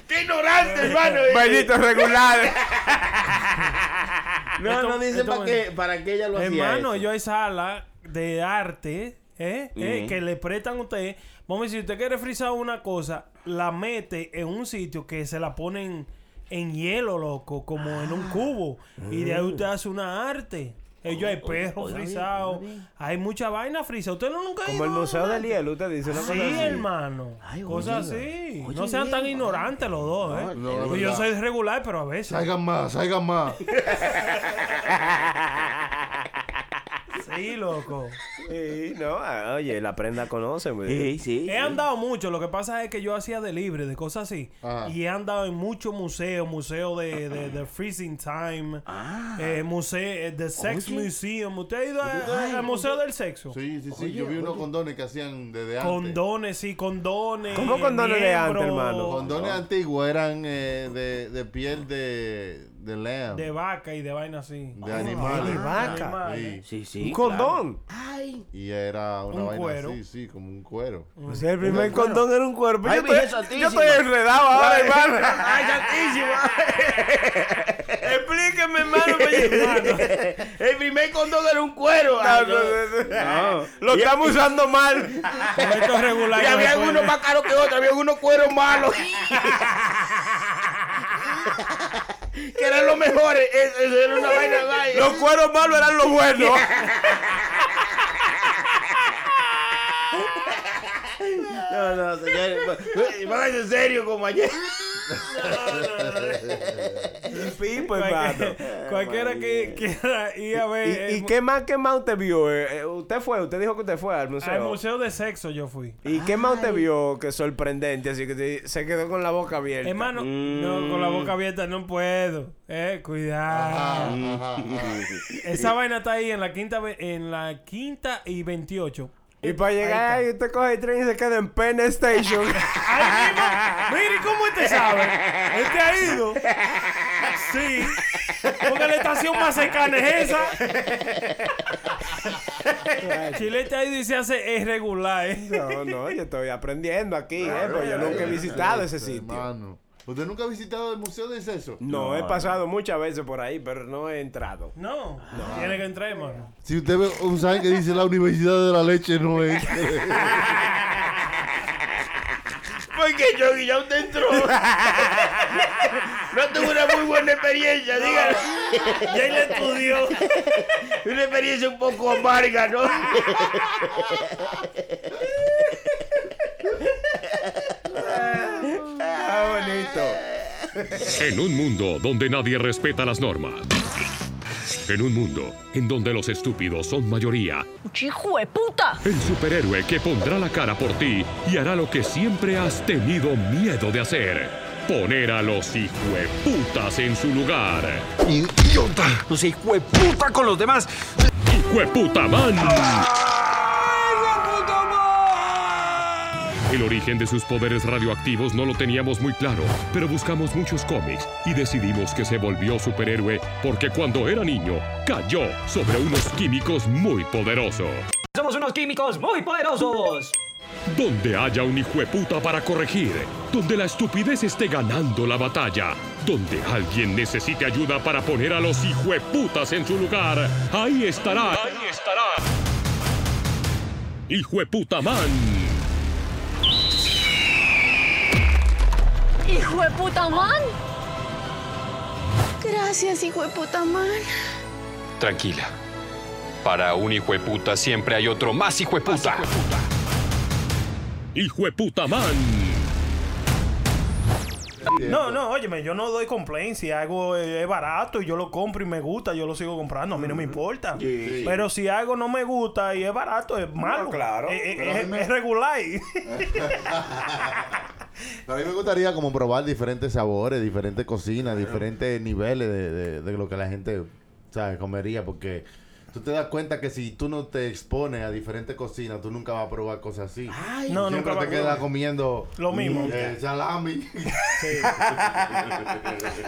G: ¡Qué ignorante, hermano!
D: Bailitos regulares.
G: Ah, No, no dicen
F: Esto-
G: para qué, para qué ella lo hacía.
F: Hermano,
G: eso.
F: yo hay sala de arte ¿eh? ¿eh?
G: Ujú.
F: que le prestan a usted. Vamos a decir, si usted quiere frisar una cosa, la mete en un sitio que se la ponen en hielo, loco, como en
G: Ah.
F: un cubo. Y de ahí
G: Mm.
F: usted hace una arte. Ellos hay perros frisados, hay mucha vaina frisada. Usted no nunca ha
D: Como
F: ido
D: el
F: a
D: Museo
F: una
D: del
F: arte?
D: Hielo, usted dice una cosa
F: Sí,
D: así.
F: hermano.
G: Ay,
F: Cosas
G: oye.
F: así.
G: Oye,
F: no sean tan
G: bien.
F: ignorantes los dos, ¿eh?
B: No, no, no,
F: yo
B: no.
F: soy regular, pero a veces.
B: Salgan más, salgan más.
F: Sí, Sí, loco.
D: Sí, no, ah, oye, la prenda conoce, güey. Eh,
E: Sí, sí.
F: He andado mucho, lo que pasa es que yo hacía delivery de cosas así.
B: Ajá.
F: Y he andado en muchos museos, museo de, de, de Freezing Time, eh, museo, de Sex Museum. ¿Usted ha ido a- al Museo del Sexo?
B: Sí, sí, sí. yo vi unos condones que hacían desde antes.
F: Condones, sí, condones.
D: ¿Cómo condones de antes, hermano?
B: Condones antiguos eran eh, de, de piel de, de lamb,
F: De
B: de,
F: vaca y de vaina así.
B: animales.
D: de vaca.
F: Animales.
B: Sí.
E: Sí, sí.
D: Un condón.
B: Y era una
F: Un
B: vaina
F: cuero.
B: así, sí, como un cuero.
D: O sea, el primer condón era un cuerpo.
G: Ay,
D: Yo
G: Virgen
D: estoy, yo
G: Santísima.
D: estoy enredado ahora, hermano. Ay, santísimo. Explíqueme, hermano. me-
G: El primer condón era un cuero.
D: No, no, no, no. Lo estamos usando mal.
F: Con estos regulares.
G: Y había
F: después-
G: algunos más caros que otros, había algunos cueros malos. que eran los mejores. Eso, eso era una vaina vaina.
D: Los cueros malos eran los buenos.
G: No, no, señores. va- Váyanse en serio como ayer.
D: Pipo, pues, hermano.
F: Cualquiera, cualquiera que quiera ir a ver.
D: ¿Y, y
F: el-
D: qué más, qué más usted vio? Eh, eh, Usted fue, usted dijo que usted fue al museo.
F: Al museo de sexo yo fui.
D: ¿Y qué más usted vio que sorprendente? Así que te- se quedó con la boca abierta.
F: Hermano, no, con la boca abierta no puedo. Eh, cuidado.
B: Mm. Ajá, ajá.
F: Esa vaina está ahí en la quinta, ve- en la quinta y 28.
D: y para llegar ahí, usted coge el tren y se queda en Penn Station.
F: Ahí mismo. Mire cómo este sabe. Este ha ido. Sí. Porque la estación más cercana es esa. Chilete ha ido y se hace es regular, ¿eh?
D: no, no, yo estoy aprendiendo aquí, ¿eh? Porque yo nunca he visitado ese sitio.
B: Este, Hermano. ¿Usted nunca ha visitado el Museo del Sexo?
D: No, he pasado muchas veces por ahí, pero no he entrado.
F: No. Tiene que entrar, hermano.
B: Si usted ve un sign que dice la Universidad de la Leche, no este. es.
G: Porque yo ya usted entró. No tuve una muy buena experiencia, dígalo.
F: Ya él estudió.
G: Una experiencia un poco amarga, ¿no?
D: Ah, bonito.
I: En un mundo donde nadie respeta las normas. En un mundo en donde los estúpidos son mayoría.
J: ¡Hijo de puta!
I: El superhéroe que pondrá la cara por ti y hará lo que siempre has tenido miedo de hacer. Poner a los hijueputas en su lugar.
K: ¡Idiota! No se puta con los demás.
I: ¡Hijueputaman! El origen de sus poderes radioactivos no lo teníamos muy claro, pero buscamos muchos cómics y decidimos que se volvió superhéroe porque cuando era niño cayó sobre unos químicos muy poderosos.
K: Somos unos químicos muy poderosos.
I: Donde haya un hijueputa para corregir. Donde la estupidez esté ganando la batalla. Donde alguien necesite ayuda para poner a los hijueputas en su lugar. Ahí estará. Ahí estará. Hijueputaman.
J: ¡Hijo de puta man!
L: Gracias, hijo de puta man.
K: Tranquila. Para un hijueputa siempre hay otro más hijueputa.
I: Hijueputaman.
F: No, no, óyeme, yo no doy complaint. Si Algo eh, es barato y yo lo compro y me gusta, yo lo sigo comprando. A mí no me importa. Pero si algo no me gusta y es barato, es malo.
D: claro.
F: Eh, eh,
B: Pero a
F: es,
B: mí me-
F: es regular.
B: A mí me gustaría como probar diferentes sabores, diferentes cocinas, diferentes niveles de, de- de lo que la gente ¿sabes? comería, porque tú te das cuenta que si tú no te expones a diferentes cocinas, tú nunca vas a probar cosas así.
F: no,
B: Tú siempre
F: nunca vas
B: te
F: a
B: quedas
F: probar.
B: comiendo
F: Lo mismo.
B: eh, salami.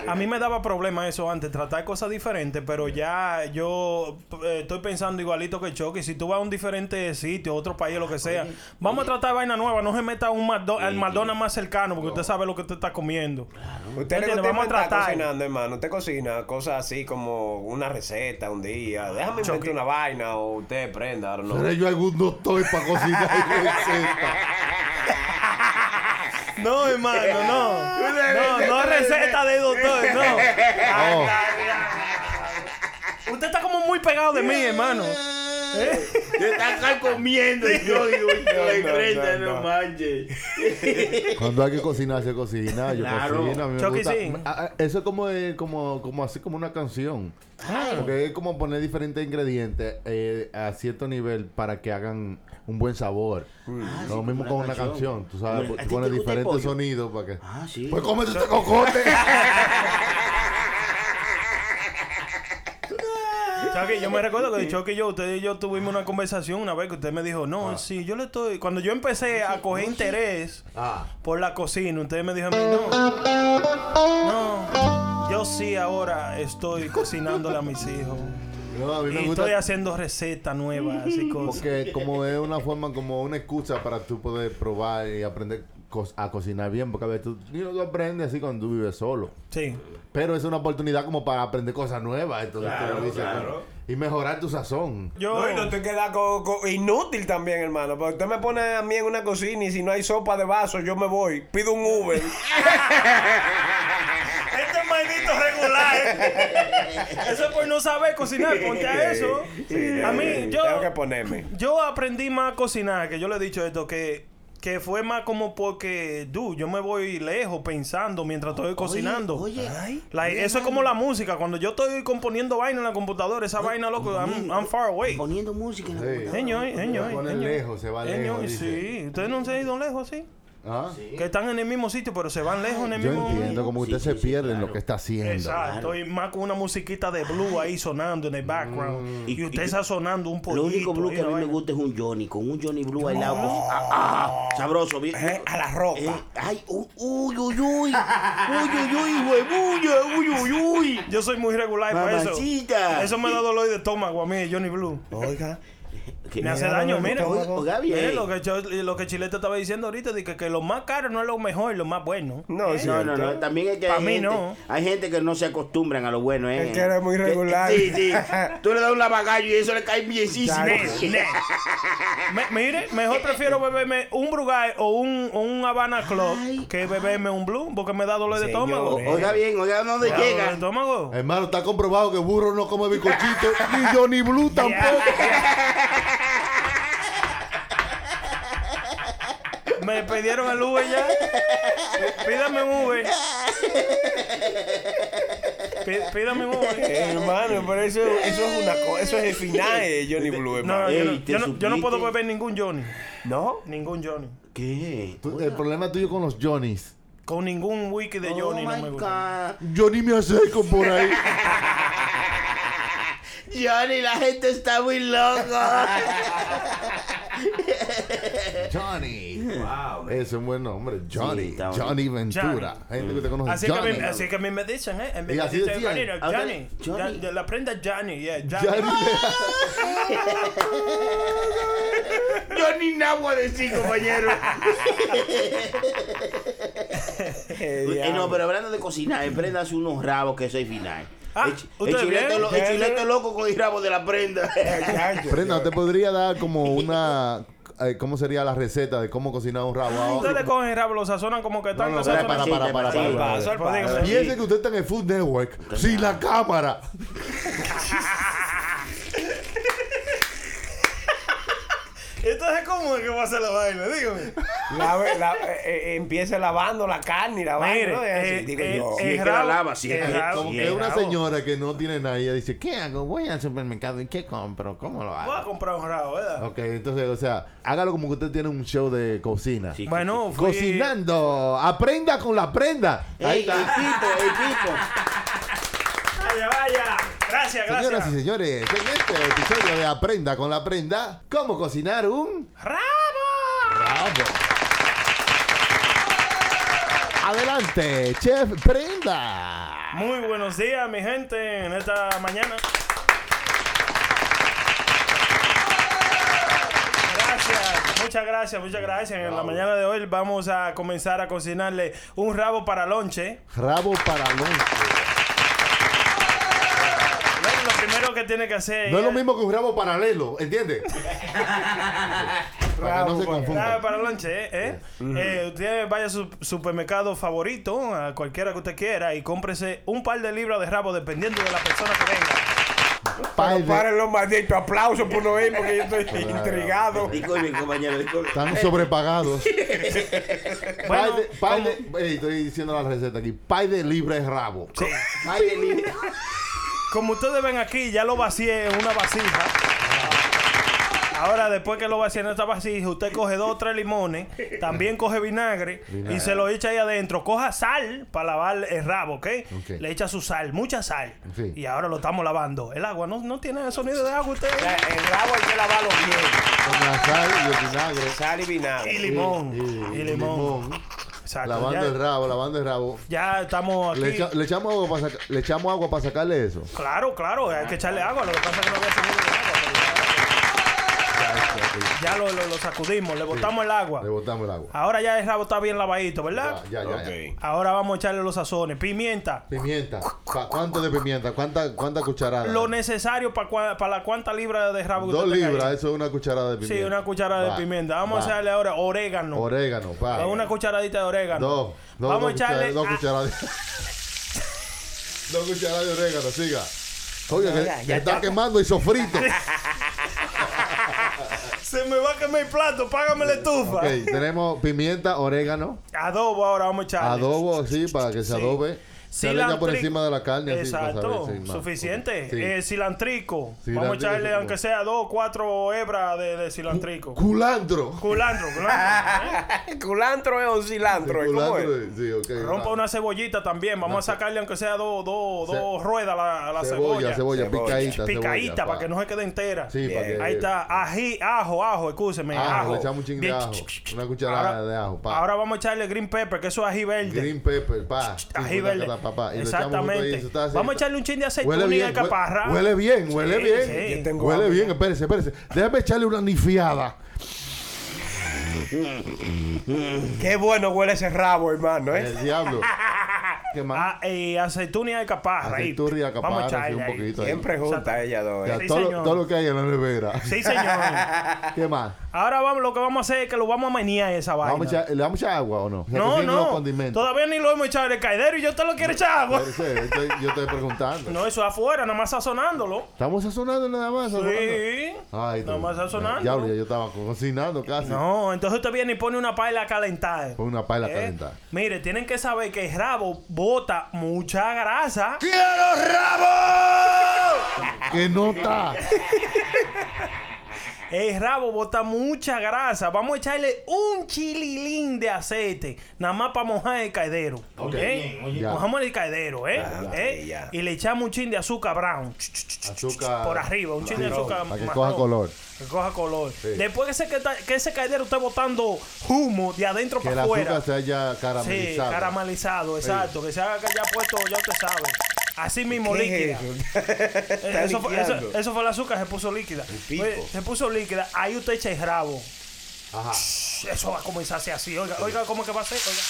F: A mí me daba problema eso antes, tratar cosas diferentes, pero ya yo eh, estoy pensando igualito que Chucky. Si tú vas a un diferente sitio, otro país, lo que sea, vamos a tratar vaina nueva. No se meta a un McDo- al McDonald's más cercano porque usted sabe lo que usted está comiendo.
D: Usted
F: Entiendo,
D: le gusta
F: vamos a
D: inventar
F: tratar.
D: cocinando, hermano. Usted cocina cosas así como una receta un día. Déjame inventar una vaina o usted prenda. ahora
B: Pero
D: No.
B: yo algún no estoy para cocinar y receta.
F: No, hermano, no. No, no receta de doctor, no.
B: No.
F: Usted está como muy pegado de mí, hermano.
G: Está acá comiendo y yo digo, no, Brenda, no, manches.
B: Cuando hay que cocinar, se cocina. Yo
G: Claro.
B: cocino. A mí me
G: Chucky,
B: gusta.
G: sí.
B: a- a- Eso es como, de- como, como así como una canción. Porque es como poner diferentes ingredientes eh, a cierto nivel para que hagan un buen sabor. Lo
G: Ah, sí,
B: mismo
G: como
B: con
G: una
B: una
G: canción.
B: canción. Tú sabes,
G: Bueno, ¿a ti te gusta
B: tú pones
G: el
B: diferentes
G: pollo?
B: sonidos para que.
G: Ah, sí.
B: Pues cómete este cocote.
F: Chucky, yo me recuerdo que Chucky y yo, usted y yo tuvimos una conversación una vez que usted me dijo, no, sí, yo le estoy. Cuando yo empecé a coger interés
B: Ah,
F: por la cocina, usted me dijo a mí, no. No, yo sí ahora estoy cocinándole a mis hijos.
B: No, a mí me
F: y
B: gusta-
F: estoy haciendo recetas nuevas y cosas.
B: Porque como es una forma, como una excusa para tú poder probar y aprender co- a cocinar bien. Porque a veces tú, ni lo aprendes así cuando tú vives solo.
F: Sí.
B: Pero es una oportunidad como para aprender cosas nuevas. Entonces,
D: Claro,
B: tú lo dices,
D: claro.
B: bueno, Y mejorar tu sazón.
D: Yo... No, y no te queda co- co- inútil también, hermano. Porque usted me pone a mí en una cocina y si no hay sopa de vaso, yo me voy. Pido un Uber.
F: Este es maldito regular. Eso es por no saber cocinar. Ponte a eso. a mí, yo,
D: Tengo que ponerme.
F: yo aprendí más a cocinar, que yo le he dicho esto, que, que fue más como porque, dude, yo me voy lejos pensando mientras estoy cocinando.
G: oye,
F: La- eso es como la música. Cuando yo estoy componiendo vaina en la computadora, esa vaina, loco, I'm, I'm far away.
G: Poniendo música en la
B: computadora.
F: Señor, señor.
B: Se pone
F: señor.
B: lejos, se va
F: Señor,
B: lejos, dice.
F: Sí, ustedes no se han ido lejos, sí.
B: ¿Ah?
F: Que están en el mismo sitio, pero se van lejos en el
B: Yo
F: mismo
B: entiendo como usted se pierde en lo que está haciendo.
F: Exacto, y más con una musiquita de blue ahí sonando en el
G: Mm.
F: background. Y, usted está sonando un poquito.
G: Lo único blue
F: ahí,
G: que a mí
F: ¿no?
G: me gusta es un Johnny, con un Johnny Blue al lado.
F: No.
G: Ah, ah, sabroso, bien.
F: Eh.
D: a la ropa.
G: ay, uy, uy, uy, uy, uy, uy, uy, huevulla, uy, uy, uy.
F: Yo soy muy regular por eso.
G: Mamacita.
F: Eso me da dolor de estómago a mí, Johnny Blue.
D: Oiga.
F: Me hace daño, mira.
G: Oiga,
F: Mire
G: bien.
F: Eh, lo que, yo- lo que Chilete estaba diciendo ahorita, de que, que lo más caro no es lo mejor, lo más bueno.
D: No, es
G: No, no, no.
D: cierto.
G: También es que
F: Pa'
G: hay
F: mí
G: gente,
F: no.
G: hay gente que no se acostumbran a lo bueno, ¿eh?
D: Es que eres muy regular.
G: Sí, sí. Tú le das un lavagallo y eso le cae bienísimo.
F: Ne- ne- Me- mire, mejor prefiero beberme un Brugal o un, o un Habana Club que beberme un Blue, porque me da dolor de estómago.
G: O- Oiga bien, oiga dónde
F: Me da dolor de
G: llega.
F: estómago.
B: Hermano, está comprobado que burro no come bizcochito, ni yo ni Blue tampoco.
F: Me pidieron el Uber ya. Pídame un Uber. Pí- Pídame un Uber.
D: Eh, Hermano, pero eso, eso es una cosa. Eso es el final de Johnny Blue,
F: No,
D: hermano.
F: no, yo, no,
G: Ey, te
F: yo no- yo no
G: suplique.
F: puedo beber ningún Johnny.
D: ¿No?
F: Ningún Johnny.
G: ¿Qué?
B: Tú- el problema tuyo con los Johnnies.
F: Con ningún wiki de
G: Oh
F: Johnny no
G: my
F: me gusta.
G: God.
B: Johnny me acerco por ahí.
G: Johnny, la gente está muy loca.
B: Johnny. Ese es un buen nombre. Johnny.
G: está bueno.
B: Johnny Ventura.
F: Johnny.
B: Gente que te conoce.
F: Así que, a
B: Johnny.
F: mí, así que a mí me dicen, ¿eh? Me
B: Y así
F: dicen,
B: decían.
F: "Johnny, no,
G: Ah,
F: Johnny,
G: Johnny.
F: Ya- La prenda Johnny, yeah, Johnny.
B: Johnny.
G: Johnny Nagua de sí, compañero.
D: Eh,
G: Eh,
D: diablo.
G: no, pero hablando de cocinar, eh, préndase unos rabos que eso es final.
F: Ah,
G: el, chi- el
F: ¿ustedes
G: chileto,
F: bien?
G: lo- el chileto loco con el rabo de la prenda.
D: Chacho.
B: Prenda, te podría dar como una. eh, ¿Cómo sería la receta de cómo cocinar un rabo? ahora?
F: Ustedes cogen el rabo, lo sazonan como que están
B: No, no,
F: sazonan-
B: para, para, para, para,
F: Sí,
B: para,
F: para,
D: para,
F: para,
D: para.
F: dígame.
B: Piensen que usted está en el Food Network sin la cámara.
F: Entonces, ¿cómo es que va a hacer la vaina? Dígame.
D: Lave- la- eh, eh, empieza lavando la carne y la vaina.
F: Mire,
D: ¿no? Es así,
F: eh,
D: digo
F: eh,
D: yo.
G: Si es
F: el
G: que la
F: rabo-
G: lava, si es
F: el
G: que-
F: rabo-
G: si
B: Es
F: el
B: una
F: rabo.
B: señora que no tiene nada. Ella dice: ¿Qué hago? Voy al supermercado y ¿qué compro? ¿Cómo lo
F: Voy a
B: hago?
F: comprar un rabo, ¿verdad?
B: Ok, entonces, o sea, hágalo como que usted tiene un show de cocina.
G: Sí.
F: Bueno, fui...
B: Cocinando, aprenda con la prenda. Ahí
G: Ey,
B: está.
G: equipo, equipo.
F: Vaya, vaya. Gracias,
B: Señoras y
F: gracias.
B: señores, en este episodio de Aprenda con la prenda, ¿cómo cocinar un
F: ¡Rabo!
B: Adelante, chef Prenda.
F: Muy buenos días, mi gente, en esta mañana. Gracias, Muchas gracias, muchas gracias. En la mañana de hoy vamos a comenzar a cocinarle un rabo para lonche.
B: Rabo para lonche.
F: Bueno, Lo primero que tiene que hacer
B: No es
F: es-
B: lo mismo que un rabo paralelo, ¿entiendes? Para que no se
F: Nada
B: confundan.
F: para lonche, ¿eh? ¿eh? Eh, usted vaya a su supermercado favorito, a cualquiera que usted quiera, y cómprese un par de libras de rabo dependiendo de la persona que venga.
B: Par de-
D: Paren los malditos aplausos por no ir porque yo estoy intrigado.
G: Disculpe, compañero, disculpe.
B: Están sobrepagados.
D: Bueno,
B: Pay de- pay de- Ey, estoy diciendo la receta aquí. Pay de libre rabo.
F: Como ustedes ven aquí, ya lo vacié en una vasija. Ahora, después que lo vacié en esta vasija, usted coge dos o tres limones, también coge vinagre,
B: Vinagre.
F: y se lo echa ahí adentro. Coja sal para lavar el rabo, ¿ok?
B: Ok.
F: Le echa su sal, mucha sal.
B: Sí.
F: Y ahora lo estamos lavando. El agua no, no tiene sonido de agua, usted.
D: El rabo hay que lavarlo bien.
B: Con la sal y el vinagre.
D: Sal y vinagre.
F: Y limón. Y, limón. Exacto,
B: Lavando
F: ya-
B: el rabo, lavando el rabo.
F: Ya estamos aquí.
B: Le, echa- le echamos agua para saca- le echamos agua para sacarle eso.
F: Claro, claro, hay que echarle agua. Lo que pasa es que no había sonido de agua. pero ya- Ya lo, lo- lo sacudimos, le botamos el agua.
B: Le botamos el agua.
F: Ahora ya el rabo está bien lavadito, ¿verdad?
B: Ya, ya, ya.
F: Ahora vamos a echarle los sazones. Pimienta.
B: Pimienta. Pa- ¿Cuánto de pimienta? ¿Cuánta, cuánta cucharada?
F: Lo necesario para la cuánta libra de rabo que
B: Dos
F: usted tenga ahí.
B: libras, eso es una cucharada de pimienta.
F: Sí, una cucharada
B: Va,
F: de pimienta. Vamos
B: va.
F: a echarle ahora orégano.
B: Orégano, pa.
F: Una cucharadita de orégano.
B: Dos. dos
F: vamos
B: dos
F: a
B: cuchara-
F: echarle.
B: Dos
F: a-
B: cucharadas. dos cucharadas de orégano, siga. Oiga, que,
F: Ya,
B: que
F: ya,
B: está
F: ya.
B: quemando y sofrito.
F: Se me va a quemar el plato, págame la estufa.
B: ok, tenemos pimienta, orégano,
F: Adobo ahora vamos a echarle.
B: adobo así para que se adobe. Se le echa por
F: Cilantri-
B: encima de la carne. así, para
F: Exacto,
B: saber, sí, más.
F: suficiente.
B: Sí.
F: Eh, cilantrico. Vamos a
B: Cilantrico,
F: echarle,
B: sí,
F: aunque sea dos o cuatro hebras de, de cilantrico.
B: Culantro.
F: Culantro, culantro.
D: culantro es un cilantro. ¿eh? ¿Cómo es?
B: Culantro, sí, ok.
F: Rompa
B: va.
F: una cebollita también. Vamos a sacarle, aunque sea dos dos
B: Ce-
F: dos ruedas a la, a la
B: Cebolla,
F: cebolla.
B: cebolla, picadita.
F: Picadita
B: cebolla,
F: para
B: pa.
F: que no se quede entera.
B: Sí, para que-
F: Ahí está, ají, ajo, ajo, escúcheme.
B: Ajo,
F: ajo.
B: le echamos un ching de
F: Bien,
B: ajo. Una cucharada
F: Ahora-
B: de ajo, pa.
F: Ahora vamos a echarle green pepper, que eso es ají verde.
B: Green pepper, pa. Sí,
F: Ají
B: pa,
F: verde.
B: pa, pa, pa. Y lo echamos junto ahí,
F: Exactamente.
B: eso está así.
F: Vamos a echarle un chin de
B: Huele
F: aceituna y
B: bien, hue-
F: alcaparra.
B: huele bien, huele
F: Sí,
B: bien.
F: sí. Yo
D: tengo
B: huele
D: hambre
B: bien, espérese, espérese. Déjame echarle una nifiada.
D: Qué bueno huele ese rabo, hermano. ¿eh?
B: El diablo. ¿Qué más?
F: Ah, eh, aceituna y alcaparra. ahí.
B: Aceituna y alcaparra,
F: Ah, Vamos a
B: sí,
F: echarle
B: un
F: ahí.
B: poquito ahí.
D: Siempre junta ella dos. ¿eh?
B: Ya,
F: sí,
B: todo, lo,
F: señor.
B: todo lo que hay en la nevera.
F: Sí, señor.
B: ¿Qué más?
F: Ahora vamos, lo que vamos a hacer es que lo vamos a menear esa vaina.
B: Vamos a echar- ¿Le vamos a echar agua o no?
F: no,
B: Recién Los
F: no.
B: condimentos.
F: Todavía ni lo hemos echado el caidero y yo te lo quiero echar agua.
B: Espérese, estoy- yo estoy preguntando.
F: No, eso es afuera, nada más sazonándolo.
B: Estamos sazonando nada más. sazonando.
F: Sí.
B: Ay,
F: Nada
B: tú-
F: más sazonando.
B: Ya, ya yo estaba cocinando casi.
F: No, entonces usted viene y pone una paila a calentar.
B: Con una paila
F: ¿eh?
B: calentada.
F: Mire, tienen que saber que el rabo bota mucha grasa.
B: Que no está.
F: El rabo bota mucha grasa. Vamos a echarle un chililín de aceite. Nada más para mojar el caidero. ¿Ok?
B: Ya.
F: Mojamos el caidero, ¿eh? ¿Eh? Y le echamos un chin de azúcar brown. Ch, ch, ch, ch,
B: Azúcar.
F: Por arriba, un chin de azúcar
B: Para que
F: marrón.
B: coja color.
F: Que coja color. Después que ese, que, ta- que ese caidero esté botando humo de adentro
B: Que el
F: para afuera.
B: azúcar se haya
F: Sí,
B: caramelizado.
F: caramelizado, exacto. Que se haga que ya puesto, ya usted sabe. Así mismo
D: ¿Qué
F: líquida.
D: es eso? Está
F: Eso fue, eso,
D: liqueando.
F: eso fue el azúcar, se puso líquida.
D: pico.
F: Oye, se puso líquida, ahí usted echa el rabo.
B: Ajá.
F: Eso va a comenzar a ser así. Oiga, oiga, ¿cómo que va a ser? Oiga.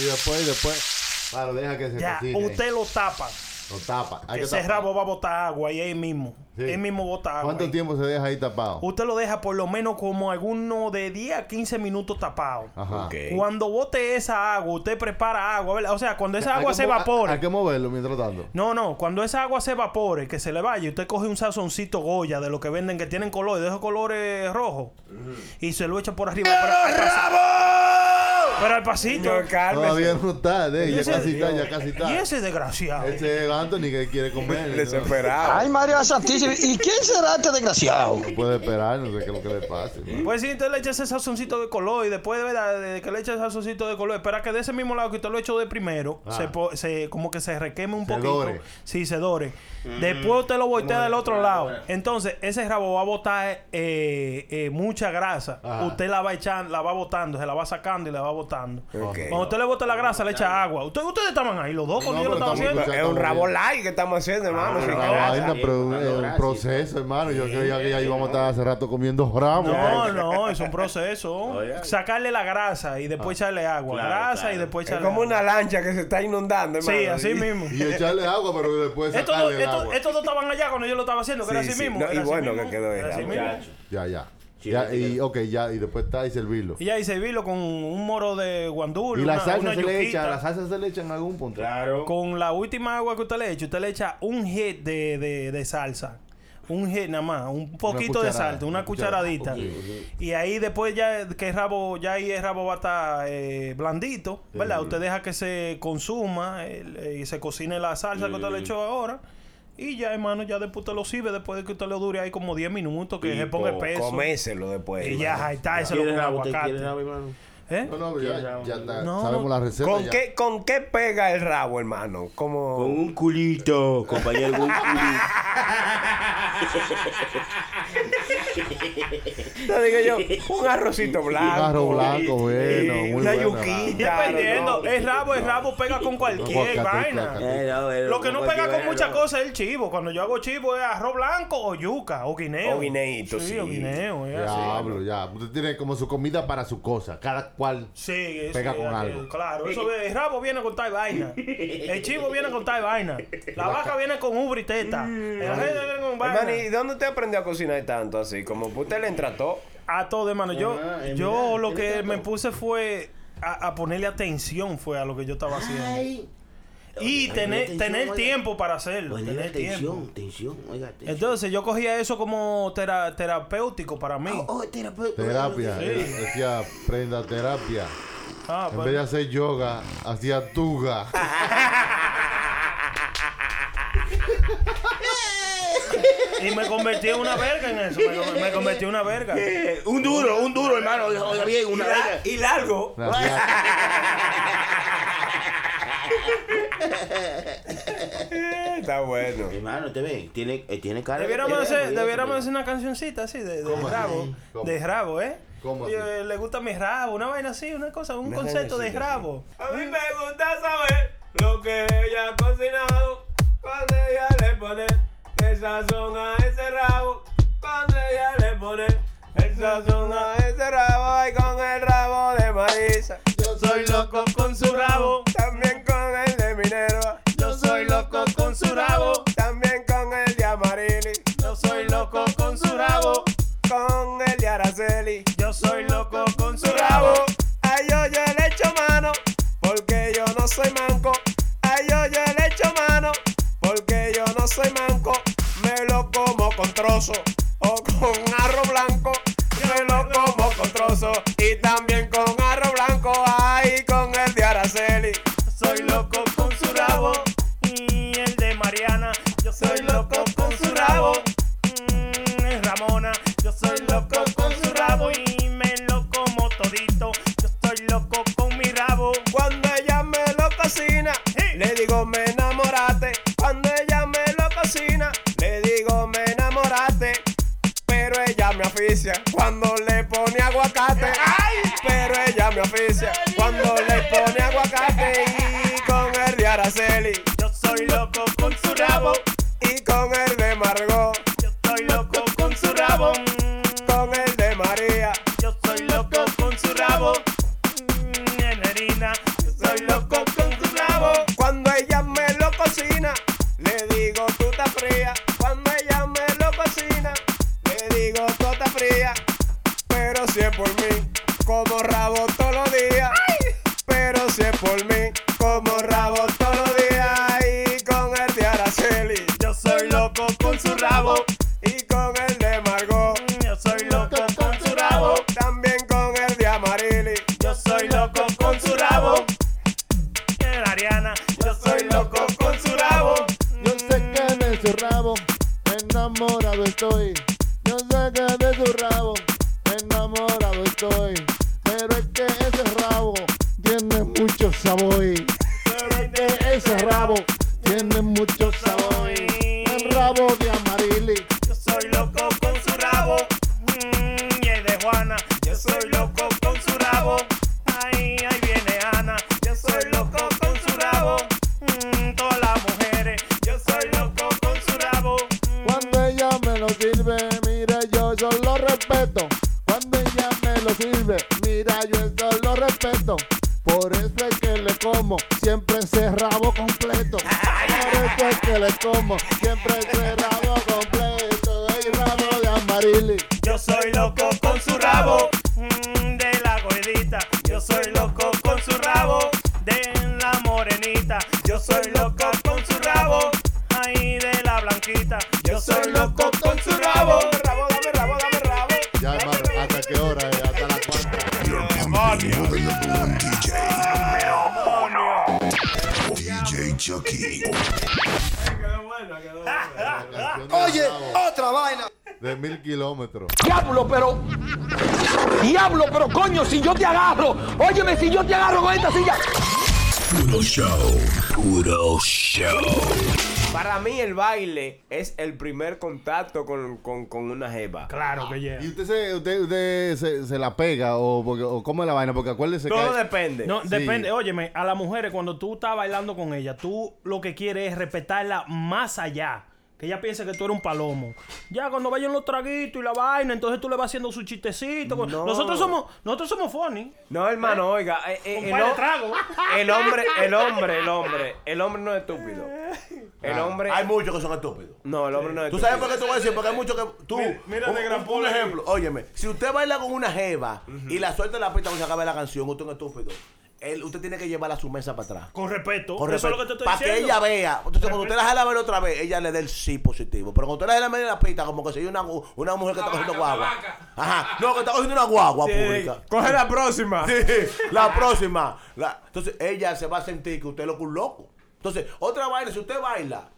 B: Y después, después. Claro, deja que se
F: Ya,
B: cocine.
F: usted lo tapa.
B: Lo tapa. eh. Hay que
F: Ese
B: tapar.
F: rabo Ah, va a botar agua y ahí mismo.
B: Sí.
F: Él mismo bota agua.
B: ¿Cuánto
F: ahí.
B: tiempo se deja ahí tapado?
F: Usted lo deja por lo menos como alguno de 10 a 15 minutos tapado.
B: Ajá.
D: Ok.
F: Cuando bote esa agua, usted prepara agua, ¿verdad? O sea, cuando esa
B: Hay
F: agua
B: que
F: se
B: mo-
F: evapore.
B: Hay que moverlo mientras tanto.
F: No, no, cuando esa agua se evapore, que se le vaya, usted coge un sazoncito Goya de lo que venden que tienen color, de esos colores rojos, y se lo echa por arriba. Pero, al pas- pero al pasito.
D: Señor, cálmese.
B: Todavía no está, de,
F: Y
B: ya
F: ese-
B: casi está, ya casi
F: Y
B: está.
F: ese desgraciado.
B: Ese es Anthony que quiere comer. ¿no?
D: Desesperado.
C: Ay, María Santísima. ¿Y quién será este desgraciado?
B: No puede esperar, no sé qué es lo que le pase. ¿no?
F: Pues si usted le echa ese sazoncito de color y después de, verdad, de que le echa el sazoncito de color, espera que de ese mismo lado que usted lo echó de primero,
B: Ah.
F: se, po- se- como que se requeme un
B: Se
F: poquito.
B: dore.
F: Sí, se dore.
G: Mm.
F: Después usted lo voltea del otro lado. Entonces, ese rabo va a botar eh, eh, mucha grasa.
B: Ajá.
F: Usted la va echando, la va botando, se la va sacando y la va botando.
D: Ok.
F: Cuando usted le bota la grasa, le echa agua. Usted- ustedes estaban ahí, los dos, cuando
B: No,
F: yo lo
B: pero
F: estaba
B: estamos
F: haciendo.
D: Es un rabo light que estamos haciendo,
F: Ah,
D: hermano. sin
B: Una
D: grasa.
B: vaina,
G: bien,
B: pero
G: botando
B: es un
G: grasa y
B: proceso, hermano. Yo creía que ya íbamos a estar hace rato comiendo bravo.
F: No, no, es un proceso.
G: ya.
F: Sacarle la grasa y
B: Ah.
F: después echarle agua.
G: Claro,
F: grasa y
G: claro.
F: después
D: Es
F: echarle
D: como
F: agua.
D: una lancha que se está inundando, hermano.
F: Sí, así mismo.
B: Y echarle agua, pero después
F: Estos
B: sacarle
F: dos-
B: el
F: estos-
B: agua.
F: estos dos estaban allá cuando yo lo estaba haciendo, que
D: Sí,
F: era así
D: sí.
F: mismo.
D: No,
F: era
D: y
F: así
D: bueno
F: mismo,
D: que quedó
F: era
D: el
F: así
D: agua.
F: mismo.
G: Muchacho.
B: Ya, ya. Ya, y, ok, ya, y después está y servirlo.
F: Y ya, y servirlo con un moro de guandul.
B: Y
F: una-
B: la salsa
F: una
B: se le
F: yuquita.
B: echa, la salsa se le echa en algún punto.
F: Con la última agua que usted le echa, usted le echa un hit de, de- de salsa. Un hit nada más, un poquito de
B: cucharada,
F: salsa,
B: una
F: una cucharadita.
B: cucharada. Sí,
F: Y ahí después ya que el rabo, ya ahí el rabo va a estar eh, blandito, ¿verdad?
B: Sí.
F: Usted deja que se consuma el- eh, y se cocine la salsa que usted le
B: Mm.
F: echó ahora. Y ya, hermano, ya después usted lo sirve, después de que usted lo dure ahí como 10 minutos, que se
D: Tipo,
F: ponga espeso.
D: Coméselo después.
F: Y ya, ahí está, Ah, eso lo
D: ¿Quieres
F: con
D: rabo? ¿Te
F: aguacate.
D: quieres rabo, hermano?
F: ¿Eh?
B: No, no, ya, ya está.
D: No.
B: Sabemos la receta.
D: ¿Con
B: ya.
D: qué, ¿Con qué pega el rabo, hermano? Como... Con
G: un culito, compañero, con un
D: No, digo yo, un arrocito blanco.
B: Un arroz blanco, bueno,
D: eh,
B: muy
D: una
B: bueno,
D: yuquita.
F: Dependiendo,
D: ¿no?
F: el rabo, el rabo pega con cualquier
D: Aguacate,
F: vaina.
D: aguacate. Eh, no, eh,
F: Lo que no
D: cualquier
F: pega con
D: vaina,
F: muchas
D: no.
F: cosas es el chivo. Cuando yo hago chivo es arroz blanco o yuca o guineo.
D: O guineíto, sí.
F: o guineo, es así.
B: Diablo, ya. Usted tiene como su comida para su cosa. Cada cual
F: Sí, eso
B: pega con
F: es,
B: algo.
F: eh, Claro, eso es- el rabo viene con tal vaina. El chivo viene con tal vaina. La vaca viene con ubre y teta.
D: Mm.
F: El rey viene con vaina.
D: Hermano, ¿y dónde usted aprendió a cocinar tanto así? Como usted le entra todo.
F: A todo, hermano. Yo,
D: Ah, es
F: yo
D: verdad,
F: lo que
D: tiene
F: me puse fue a, a ponerle atención fue a lo que yo estaba haciendo. y
G: Oye,
F: tener,
G: atención,
F: tener
G: oiga.
F: tiempo para hacerlo.
G: Ponerle
F: Tener tiempo.
G: atención, atención, oiga, atención.
F: Entonces yo cogía eso como tera- terapéutico para mí.
G: Oh, terapéutico.
B: Terapia.
F: Sí.
B: Era- Decía, prenda terapia.
F: Ah,
B: En
F: pues,
B: vez de hacer yoga, hacía tuga.
F: Y me convertí en una verga en eso. Me, me convertí en una verga.
G: Eh, un duro, un duro, hermano. Oiga bien, una verga.
D: Y largo. Eh, Está bueno.
G: Hermano, te ve, tiene, eh, tiene cara.
F: Debiéramos
G: Eh,
F: hacer,
G: eh,
F: debiéramos
G: eh,
F: hacer una cancioncita así de, de
G: ¿Cómo
F: rabo.
G: ¿Cómo?
F: De rabo, ¿eh?
G: ¿Cómo
F: Oye, le gusta mi rabo, una vaina así, una cosa, un
D: Una
F: concepto de
D: vainecita
F: rabo.
D: A mí me gusta saber lo que ella ha cocinado. Cuando ella le pone el sazón a ese rabo. Cuando ella le pone el sazón a ese rabo. Y con el rabo de Marisa. Yo soy loco con su rabo. También con el de Minerva. Yo soy loco con su rabo. También con el de Amarili. Yo soy loco con su rabo. Con el de Araceli. Yo soy loco con su rabo. Ay, yo, yo le echo mano, porque yo no soy manco. Ay, yo, yo le echo mano, porque yo no soy manco. Me lo como con trozo o con arroz blanco. Me lo como con trozo y también con arroz blanco. Ay, con el de Araceli. Soy loco con su rabo. Mm,
F: Y el de Mariana, yo soy loco con su rabo. Mm, Ramona, yo soy loco con su rabo y me lo como todito. Yo soy loco con mi rabo.
D: Cuando ella me lo cocina, le digo me enamoraste. Cuando ella me lo cocina, le digo me enamoraste. Pero ella me aficia cuando le pone aguacate. Pero ella me aficia cuando le pone aguacate. Y con el de Araceli, yo soy loco con su rabo. Y con el de Margot, yo soy loco con su rabo. Con el de María, yo soy loco con su rabo. Mm, Yo soy loco con tu rabo. Cuando ella me lo cocina, le digo tú estás fría. Cuando ella me lo cocina, le digo tú estás fría. Pero si es por mí, como rabo todos los días. Pero si es por mí, como rabo todos los días. Y con el de Araceli, yo soy loco con su rabo. Y con el de Margot, yo soy loco con su rabo. También con el de Amarili, yo soy loco con su rabo.
F: El Ariana,
D: yo soy loco con su rabo.
B: Yo sé que de su rabo enamorado estoy. Yo sé que de su rabo enamorado estoy. Pero es que ese rabo tiene mucho sabor. Pero es que ese rabo tiene mucho sabor. El rabo de Amarili.
F: Yo soy loco con su rabo. Mm, y el de Juana, yo soy loco con su rabo. Ay, ahí viene Ana, yo soy loco con su rabo. Mm, todas las mujeres, Mm, yo soy loco con su rabo.
B: Cuando ella me lo sirve, mira, yo eso lo respeto. Cuando ella me lo sirve, mira, yo eso lo respeto. Por eso es que le como siempre ese rabo completo. Por eso es que le como siempre ese rabo completo. El rabo de amarili.
F: Yo
D: Yo soy loco con su rabo mm, de la güerita. Yo soy loco con su rabo de la morenita. Yo soy loco con su rabo ay de la blanquita. Yo soy loco con su rabo. Rabo, dame rabo, dame rabo.
B: Ya, hermano, ¿hasta qué hora? eh? ¿Hasta la cuarta?
A: DJ Chucky.
C: Oye, otra vaina.
B: De mil kilómetros.
C: Diablo, pero. Diablo, pero coño, si yo te agarro. Óyeme, si yo te agarro con esta silla.
A: Puro show. Puro show.
D: Para mí el baile es el primer contacto con, con, con una jeva.
F: Claro que yeah.
B: ¿Y usted se, usted, usted se, se la pega o, porque- o cómo es la vaina? Porque acuérdese que...
D: Todo
B: hay-
D: depende.
F: No,
B: Sí.
F: depende. Óyeme, a las mujeres cuando tú estás bailando con ella, tú lo que quieres es respetarla más allá. Que ella piense que tú eres un palomo. Ya cuando vayan los traguitos y la vaina, entonces tú le vas haciendo su chistecito.
D: No.
F: Nosotros somos, nosotros somos funny.
D: No, hermano, oiga, eh, eh,
F: Un
D: el,
F: par de
D: hom-
F: tragos.
D: el hombre, el hombre, el hombre, el hombre no es estúpido.
M: Ah.
D: El hombre,
M: Hay muchos que son estúpidos.
D: no, el hombre no es
M: ¿Tú
D: estúpido.
M: sabes por qué te voy a decir? Porque hay muchos que. Tú.
F: Mi- mira
M: un,
F: de Gran
M: un-
F: Polo
M: un
F: ahí.
M: ejemplo. Óyeme, si usted baila con una jeva y la suelta en la pista cuando se acabe la canción, usted es un estúpido. Él- usted tiene que llevarla a su mesa para atrás.
F: Con respeto.
M: Con
F: Eso es lo
M: respeto,
F: que te estoy
M: para
F: diciendo.
M: que ella vea. Entonces, cuando usted la jala ver otra vez, ella le dé el sí positivo. Pero cuando usted la jala ver en la pista, como que se ve una, una mujer que está cogiendo guagua. Ajá. No, que está cogiendo una guagua
D: Sí,
M: pública.
D: Coge la próxima.
M: Sí, la próxima. La- entonces ella se va a sentir que usted es loco un loco. Entonces, otra vaina, si usted baila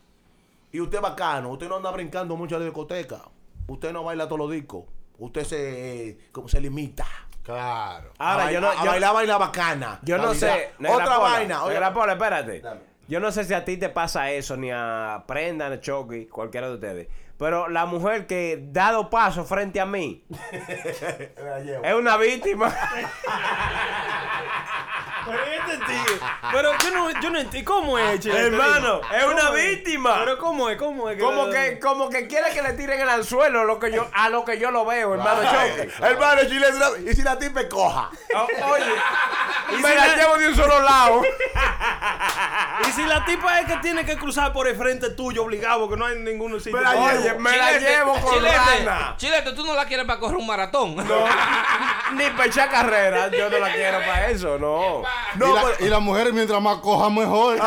M: y usted es bacano, usted no anda brincando mucho a la discoteca, usted no baila todos los discos, usted se, eh, como se limita.
B: Claro.
D: Ahora,
M: Ahora, a
D: yo
M: yo
D: no-
M: a
D: yo-
M: bailar, baila bacana.
D: Yo
M: A
D: no
M: bailar.
D: sé. Negra
M: Otra
D: Pola,
M: vaina. oye,
D: Negra Pola, espérate.
M: Dame.
D: Yo no sé si a ti te pasa eso, ni a Prenda, ni a Chucky, cualquiera de ustedes. Pero la mujer que da dos pasos frente a mí
M: me la llevo.
D: es una víctima.
F: Pero este tío, pero yo no, yo no entiendo. ¿Cómo es, chico?
D: Hermano, es
F: ¿Cómo
D: una víctima.
F: Pero ¿cómo es? ¿Cómo es?
D: Como que, como que quiere que le tiren el anzuelo lo que yo, a lo que yo lo veo, hermano Chucky.
M: Hermano, Chile, y si la tipe coja.
D: O- Oye,
F: ¿Y
D: me
F: si
D: la
F: la-
D: llevo de un solo lado.
F: Y si la tipa es que tiene que cruzar por el frente tuyo obligado, que no hay ningún sitio.
M: Me la
F: Oye,
M: llevo.
D: Oye, me la llevo con rana.
N: Chilete, tú no la quieres para correr un maratón.
D: Ni para echar carrera, yo no la quiero para eso, no.
M: No,
B: y, la-
M: pero- Ah,
B: y las mujeres mientras más cojan mejor.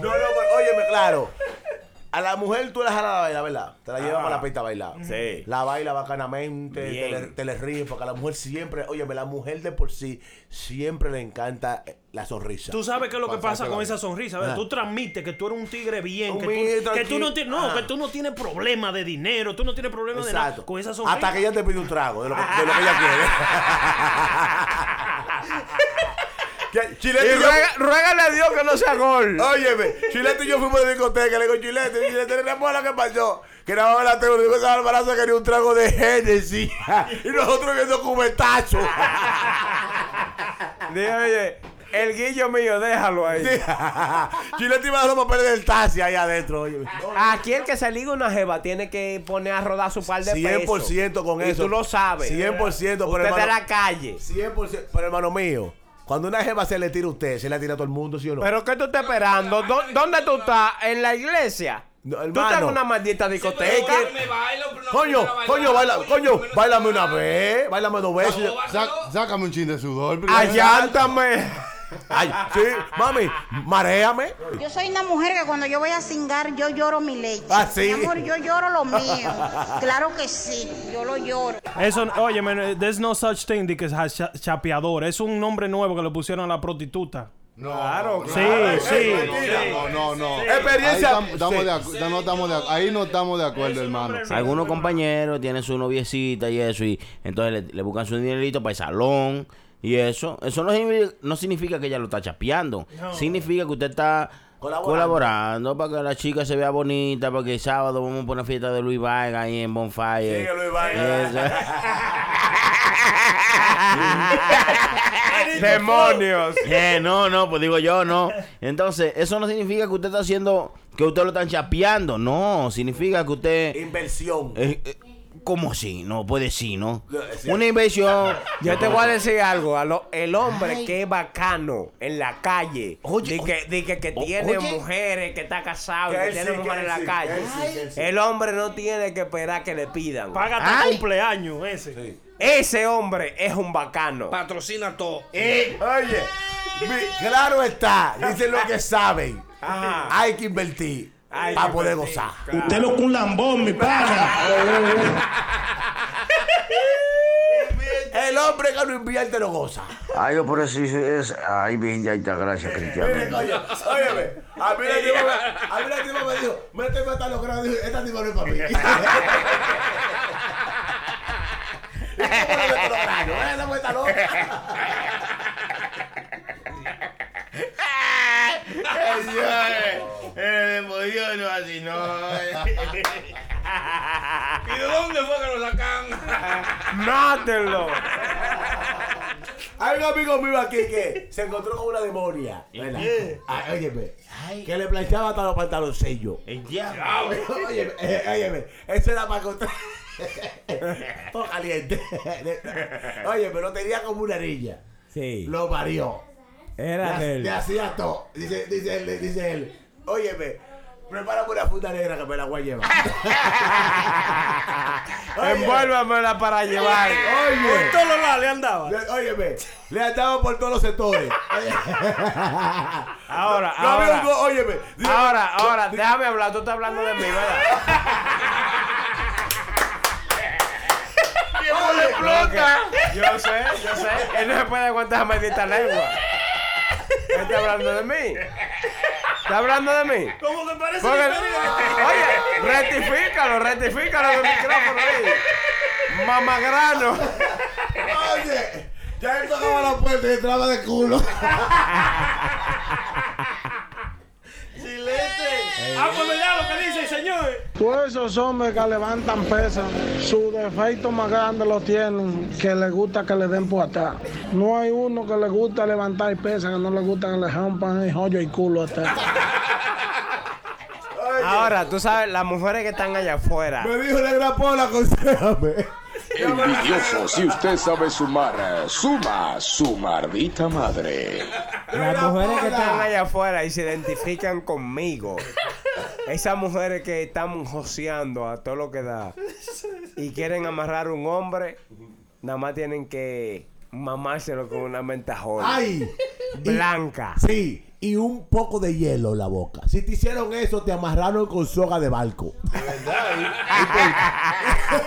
M: No, no, pero óyeme, claro. A la mujer tú la jalas a bailar, ¿verdad? Te la llevas para la pista a bailar.
D: Sí.
M: La baila bacanamente, te le,
D: Bien.
M: te le ríes, porque a la mujer siempre, óyeme, la mujer de por sí siempre le encanta eh, la sonrisa.
F: Tú sabes qué es lo que pasa
B: Pasártela
F: con
B: bien.
F: esa sonrisa. ¿verdad?
M: Ah.
F: Tú transmites que tú eres un tigre bien, que
M: Humilde,
F: tú, que tú no,
M: tranquilo.
F: ti- no,
M: Ah.
F: que tú no tienes problema de dinero, tú no tienes problema de nada. Con esa sonrisa.
M: Hasta que ella te pide un trago de lo que, de lo que ella quiere. Que
D: Y
M: Chilete y yo-
D: ruega- ruégale a Dios que no sea gol.
M: Óyeme, Chilete y yo fuimos de discoteca, le digo, Chilete, Chilete, le damos lo que pasó. Que nada más me la tengo, le digo, esa Alvarazo quería un trago de Genesis. y nosotros viendo cubetazos.
D: Dije, oye, el guillo mío, déjalo ahí.
M: Chilete iba a dar los papeles del taxi ahí adentro, oye.
D: Aquí el que se liga una jeva tiene que poner a rodar su par de
M: 100% con
D: Y
M: eso.
D: tú lo sabes.
M: 100%, pero
D: Usted está en
M: hermano-
D: la calle.
M: 100%. Pero hermano mío, cuando una jeva se le tira a usted, se la tira a todo el mundo, ¿sí o no?
D: ¿Pero qué tú estás esperando? ¿Dó- ¿Dónde tú estás? ¿En la iglesia?
M: No,
D: ¿Tú estás en
M: hermano.
D: una maldita
M: Es
D: discoteca?
M: que- coño, coño, baila, coño, bailame una vez, Eh, bailame dos veces. Ah,
B: Sa- sácame un chin de sudor. primero.
D: Allántame.
M: Ay, sí, mami, mareame.
L: Yo soy una mujer que cuando yo voy a cingar, yo lloro mi leche.
M: Ah, sí.
L: Mi amor, yo lloro lo mío. Claro que sí, yo lo lloro.
F: Eso, oye, man, eh, there's no such thing de que es cha- chapeador. Es un nombre nuevo que le pusieron a la prostituta.
B: No,
M: Claro,
B: no,
F: Sí,
B: no,
F: sí.
B: No, no, no.
M: Experiencia-
B: Ahí, estamos- estamos de acu- no estamos de acu- ahí no estamos de acuerdo, hermano.
G: Algunos compañeros tienen su noviecita y eso, y entonces le, le buscan su dinerito para el salón y eso. Eso no, significa- no significa que ella lo está chapeando. Significa que usted está
M: Colaborando.
G: colaborando. para que la chica se vea bonita, para que el sábado vamos por una fiesta de Luis Vargas ahí en Bonfire.
M: Sí, que Luis Vargas.
D: Demonios.
G: Eh, no, no, pues digo yo, no. Entonces, eso no significa que usted está haciendo, que usted lo están chapeando. No, significa que usted...
M: Inversión. eh,
G: Eh, eh,
O: ¿Cómo así? No puede sí, ¿no?
D: sí.
O: Una inversión.
D: Yo te voy a decir algo. a lo- el hombre que es bacano en la calle. di que, di que, que tiene
O: oye.
D: mujeres, que está casado, y
O: Que
D: que
O: él
D: tiene
O: sí, que
D: mujeres en
O: él
D: la
O: sí,
D: calle.
O: que él sí, que él sí.
D: El hombre no tiene que esperar que le pidan.
F: Paga tu
D: Ay.
F: cumpleaños ese.
D: Ese hombre es un bacano.
P: Patrocina todo.
M: Oye, mi- claro está, dicen lo que saben. Hay que invertir
D: Hay
M: para
D: que
M: poder
D: invertir,
M: gozar.
D: claro.
Q: Usted lo que un lambón, mi pana.
M: El hombre que no invierte no goza.
G: Ay, yo por eso es. Ay, bien, ya está, gracias,
M: Miren,
R: Eh,
G: Cristiano.
M: oye, óyeme, a mí la tipa me- a mí la tipa me dijo, méteme hasta los grados, dije, esta tipa no es para mí. pues
S: Señores, eh, por Dios, no así, no. ¿Y de dónde fue que lo sacan?
D: ¡Mátenlo!
M: Hay un amigo mío aquí que se encontró con una demonia. ¿verdad?
S: qué?
M: Ay, óyeme, que le planchaba hasta los pantaloncillos.
S: diablo.
M: Óyeme, eh, óyeme, eso era para encontrar. Todo caliente. Oye, pero tenía como una niña.
D: Sí.
M: Lo parió.
D: Era
M: le, ha-
D: él.
M: le hacía todo. Dice, dice, él, dice él, óyeme, prepárame una funda negra que me la voy a llevar.
D: Envuélvamela para llevar.
M: Oye.
F: Por todos lados le andaba.
M: Le- óyeme, le andaba por todos los sectores.
D: Ahora,
M: No, no había
D: ahora.
M: un go- óyeme, dime-
D: ahora, ahora, déjame hablar. Tú estás hablando de mí, ¿verdad?
S: ¡Tiempo le explota!
D: Porque Yo sé, yo sé. Él no se puede aguantar más maldita lengua. Él está hablando de mí. ¿Está hablando de mí?
S: ¿Cómo que parece
D: Porque-
S: que
D: oye, rectifícalo, rectifícalo con el micrófono ahí. Mamagrano.
M: Oye, ya él tocaba la puerta y entraba de culo.
S: ¡Silente! ¡Ah, pues verdad lo que dice, señores!
T: Todos esos hombres que levantan pesas, su defecto más grande lo tienen, que les gusta que le den por atrás. No hay uno que le gusta levantar pesas, que no le gusta que le jampan el hoyo y culo atrás.
D: Ahora, tú sabes, las mujeres que están allá afuera.
M: Me dijo Negra Pola, aconsejame.
R: eh, Envidioso, si usted sabe sumar, eh, suma su maldita madre.
D: Las mujeres que están allá afuera y se identifican conmigo. Esas mujeres que están joseando a todo lo que da y quieren amarrar un hombre, nada más tienen que mamárselo con una mentajona.
M: Ay.
D: Blanca.
M: Sí, y un poco de hielo en la boca. Si te hicieron eso, te amarraron con soga de barco.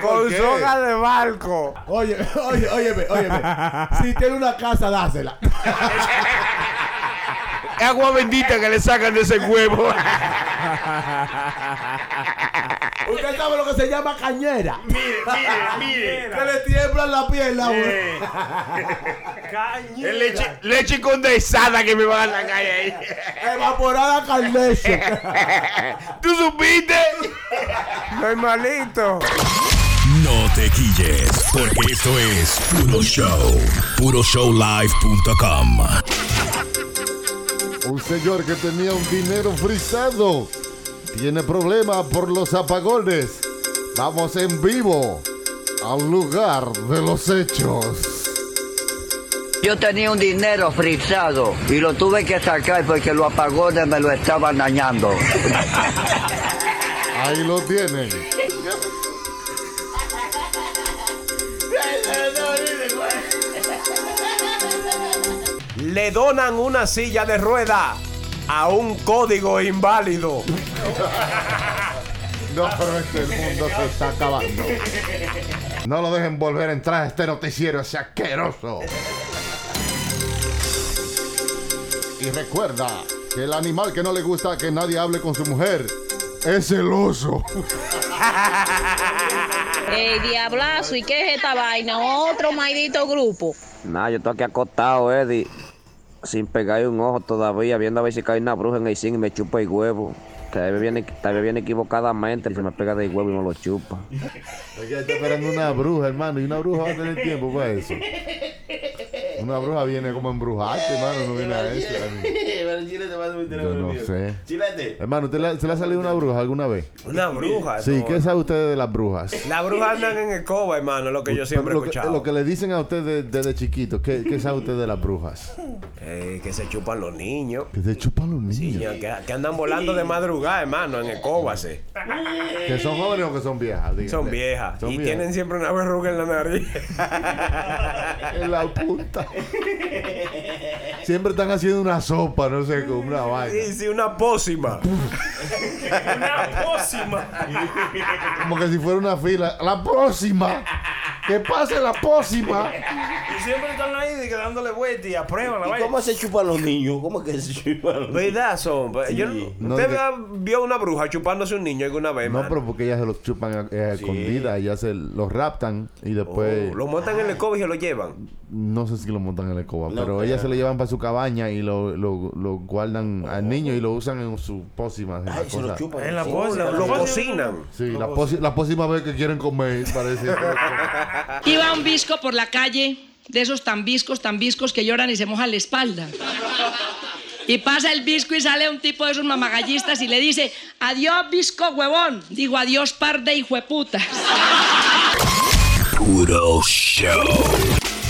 D: Con
M: qué?
D: soga de barco.
M: Oye, oye, óyeme, óyeme. Si tiene una casa, dásela.
S: Agua bendita que le sacan de ese huevo.
M: Usted sabe lo que se llama cañera.
S: Mire, mire, mire.
M: Que le tiemblan la pierna, güey.
S: Es leche, leche condensada que me van a sacar ahí.
M: Evaporada carnation.
S: ¿Tú supiste?
D: Normalito.
A: No te quilles, porque esto es Puro Show. PuroShowLive.com.
B: Un señor que tenía un dinero frisado tiene problema por los apagones. Vamos en vivo al lugar de los hechos.
U: Yo tenía un dinero frisado y lo tuve que sacar porque los apagones me lo estaban dañando.
B: Ahí lo tienen.
D: Le donan una silla de rueda a un código inválido.
B: No, pero este mundo se está acabando. No lo dejen volver a entrar a este noticiero, es asqueroso. Y recuerda que el animal que no le gusta que nadie hable con su mujer es el oso.
J: Ey, diablazo, ¿y qué es esta vaina? Otro maldito grupo.
V: Nada, Ah, yo estoy aquí acostado, Eddie, sin pegar un ojo todavía, viendo a ver si cae una bruja en el zinc y me chupa el huevo. Tal vez viene, tal vez viene equivocadamente y se me pega del huevo y me lo chupa.
B: Oye, está esperando una bruja, hermano, y una bruja va a tener tiempo para eso. Una bruja viene como a embrujarte, hermano, no viene a eso.
O: Pero el chile
G: se va a subir
B: Yo no sé.
G: Chilete.
B: Hermano, ¿usted le- se le ha salido una bruja alguna vez?
W: Una bruja.
B: Sí,
W: no.
B: ¿qué sabe usted de las brujas?
W: Las brujas andan en escoba, hermano, lo que yo siempre he
B: lo, que,
W: escuchado.
B: lo que le dicen a usted de- desde chiquito, ¿qué, qué sabe usted de las brujas?
W: Eh, que se chupan los niños.
B: Que se chupan los niños.
W: niños que, que andan volando de madrugada, hermano, en escoba, sí.
B: ¿Que son jóvenes o que son viejas? Dígame.
W: Son viejas.
B: Son
W: y
B: viejas.
W: tienen siempre una verruga en la nariz.
B: en la punta. Siempre están haciendo una sopa, no sé, con una vaina.
W: Sí, sí, una pócima.
F: Una pócima.
B: Como que si fuera una fila. ¡La próxima! ¡Que pase la próxima!
F: Y siempre están ahí de que dándole vuelta y aprueban la
G: ¿Y
F: vaina.
G: cómo se chupan los niños? ¿Cómo que se chupan los niños?
W: ¿Verdad, son? Pues, Yo no-
B: No,
W: ¿Usted
B: que-
W: ha- vio una bruja chupándose un niño alguna vez,
B: No,
W: hermano?
B: pero porque ellas se los chupan eh, a escondidas, ellas se los raptan y después.
G: Oh,
W: Lo montan en el escoba y se lo llevan.
B: No sé si lo montan en la escoba, pero ellas se lo llevan para su cabaña y lo, lo, lo guardan al niño y lo usan en su pócima. en la cosa.
W: En la pócima. Lo cocinan.
B: Sí, la, posi- la próxima vez que quieren comer, parece.
E: Iba un visco por la calle, de esos tan viscos, tan viscos que lloran y se mojan la espalda. Y pasa el visco y sale un tipo de esos mamagallistas y le dice, adiós visco huevón. Digo, adiós par de hijueputas.
A: Puro show.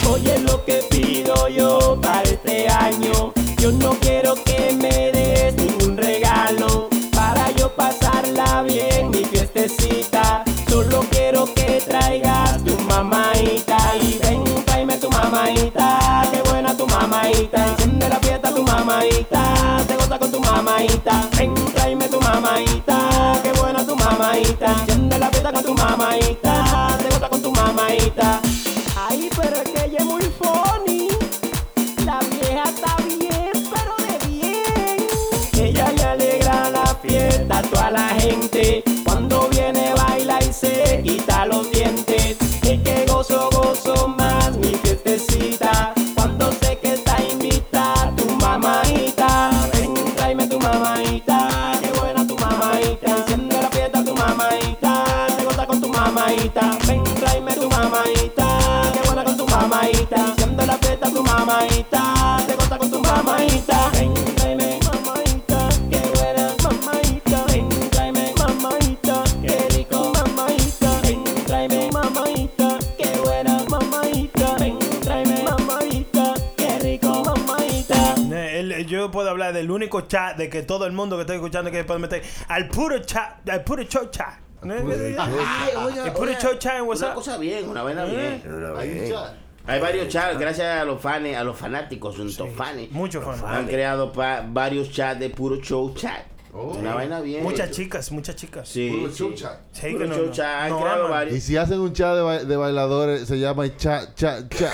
O: Oye lo que pido yo para este año. Yo no quiero que me des ningún regalo para yo pasarla bien mi fiestecita. Solo quiero que traigas tu mamaita y ven tráeme tu mamaita, qué buena tu mamaita. Enciende la fiesta tu mamaita, te goza con tu mamaita. Ven tráeme tu mamaita, qué buena tu mamaita. Enciende la fiesta con tu mamaita, te goza con tu mamaita. Ay, pero es que ella es muy funny. La vieja está bien, pero de bien. Ella le alegra la fiesta a toda la gente. Cuando viene, baila y se quita los dientes. Es que gozo, gozo más mi fiestecita. Cuando sé que está invitada tu mamaita. Ven, tráeme tu mamaita. Qué buena tu mamaita. Enciende la fiesta tu mamaita. Te goza con tu mamaita. Ven, tráeme tu mamaita. Qué buena con tu mamaita. Enciende la fiesta tu mamaita. Te goza con tu mamaita. Ven, tráeme mamaita. Qué buena mamaita. Ven, tráeme mamaita. Qué rico mamaita. Ven, tráeme mamaita. Qué buena mamaita. Ven, tráeme mamaita. Qué rico mamaita.
F: Eh, el- el- yo puedo hablar del único chat de que todo el mundo que está escuchando que puede meter al puro chat, al puro show chat.
G: Ay, oiga,
F: El puro
G: oiga,
F: show chat en
G: Una
F: WhatsApp.
G: cosa bien, una vaina
F: ¿Eh?
G: bien.
F: Hay un
G: Bien.
F: chat.
G: Hay varios chats, gracias a los fans, a los fanáticos, un top fanes.
F: Muchos fans.
G: Han creado pa- varios chats de puro show chat. Una vaina bien.
F: Muchas chicas, muchas chicas.
G: Sí, Oh. Puro sí. show
B: chat.
F: Sí,
G: Puro
F: que no,
G: show
F: no.
G: chat, han
F: No,
G: creado
F: aman.
G: varios.
B: y si hacen un chat de, ba- de bailadores, se llama el chat, chat, chat.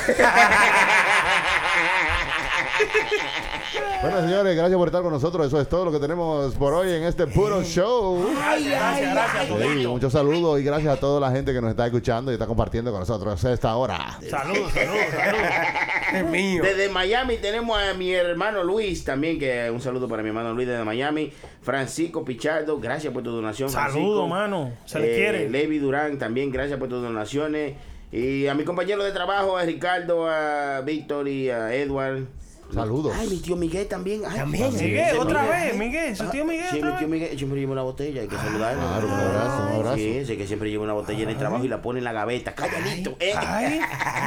B: bueno, señores, gracias por estar con nosotros. Eso es todo lo que tenemos por hoy en este puro show.
F: Gracias, gracias.
B: Sí, muchos saludos y gracias a toda la gente que nos está escuchando y está compartiendo con nosotros a esta hora.
F: Saludos, saludos, saludos.
G: Desde Miami tenemos a mi hermano Luis también, que un saludo para mi hermano Luis desde Miami. Francisco Pichardo, gracias por tu donación.
F: Saludos,
G: Francisco.
F: mano. Se le
G: Eh,
F: quiere.
G: Levi Durán también, gracias por tus donaciones. Y a mi compañero de trabajo, a Ricardo, a Víctor y a Edward.
B: Saludos.
G: Ay, mi tío Miguel también. Ay,
F: También,
G: sí,
F: Miguel,
G: ese
F: otra vez, Miguel, su tío Miguel,
G: Sí,
F: otra
G: mi tío Miguel siempre lleva una botella, hay que saludarlo.
B: Claro, un abrazo, un abrazo.
G: Sí, ese que siempre lleva una botella en el trabajo y la pone en la gaveta. Calladito, eh. Ah,
F: Ay,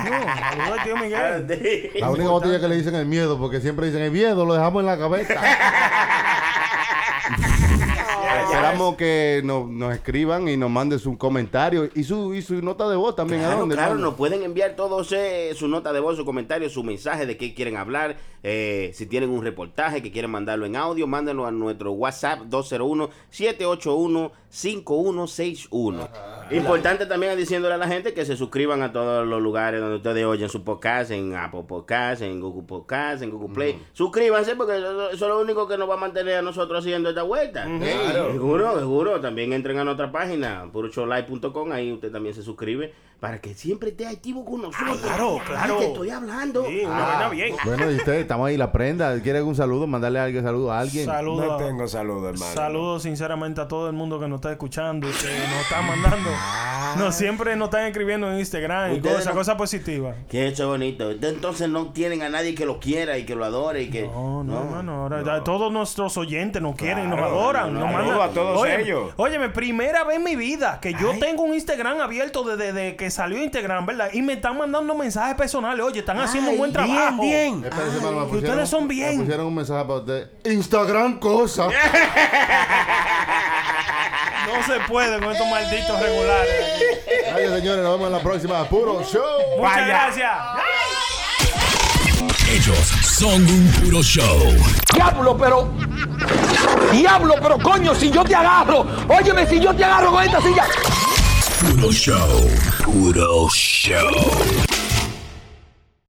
F: no, saludos al tío Miguel.
B: La única botella que le dicen el miedo, porque siempre dicen el miedo, lo dejamos en la cabeza. Esperamos que nos, nos escriban y nos manden su comentario y su, y su nota de voz también. ¿A
G: Claro,
B: dónde,
G: claro,
B: hermano?
G: nos pueden enviar todos eh, su nota de voz, su comentario, su mensaje de qué quieren hablar. eh, si tienen un reportaje que quieren mandarlo en audio, mándenlo a nuestro WhatsApp 201-781-5161. Importante también es diciéndole a la gente que se suscriban a todos los lugares donde ustedes oyen su podcast, en Apple Podcast, en Google Podcast, en Google
F: Mm.
G: Play. Suscríbanse porque eso, eso es lo único que nos va a mantener a nosotros haciendo esta vuelta.
B: Claro.
G: Seguro, seguro. También entren a nuestra página, purocholive.com. Ahí usted también se suscribe para que siempre esté activo con nosotros.
F: claro, claro.
G: Ay, Te estoy hablando. Ah,
F: una vaina bien.
B: Bueno, y ustedes, estamos ahí, la prenda. ¿Quiere algún saludo? Mandarle algo, saludo a alguien.
F: Saludo. No tengo
W: saludo,
F: Saludos sinceramente a todo el mundo que nos está escuchando y que nos está mandando No, siempre nos están escribiendo en Instagram y
G: Ah. Ustedes
F: cosas,
G: no-
F: cosas positivas.
G: Que eso es bonito. Entonces no tienen a nadie que lo quiera y que lo adore y que.
F: No, no, hermano, ahora ya todos nuestros oyentes nos quieren, nos adoran,
G: no,
F: nos
G: no,
F: mandan.
G: a todos
F: Óyeme,
G: ellos.
F: Óyeme, primera vez en mi vida que yo tengo un Instagram abierto desde, desde que salió Instagram, ¿verdad? Y me están mandando mensajes personales. Oye, están haciendo un buen trabajo.
B: Espérense, hermano, me
F: Que ustedes son
B: me
F: bien.
B: pusieron un mensaje para usted. Instagram cosa.
F: No se puede con estos malditos regulares.
B: Ay, señores, nos vemos en la próxima. Puro show.
F: Muchas gracias.
A: Ellos son un puro show.
C: Diablo, pero. Diablo, pero coño, si yo te agarro. Óyeme, si yo te agarro con esta silla.
A: Puro show. Puro show.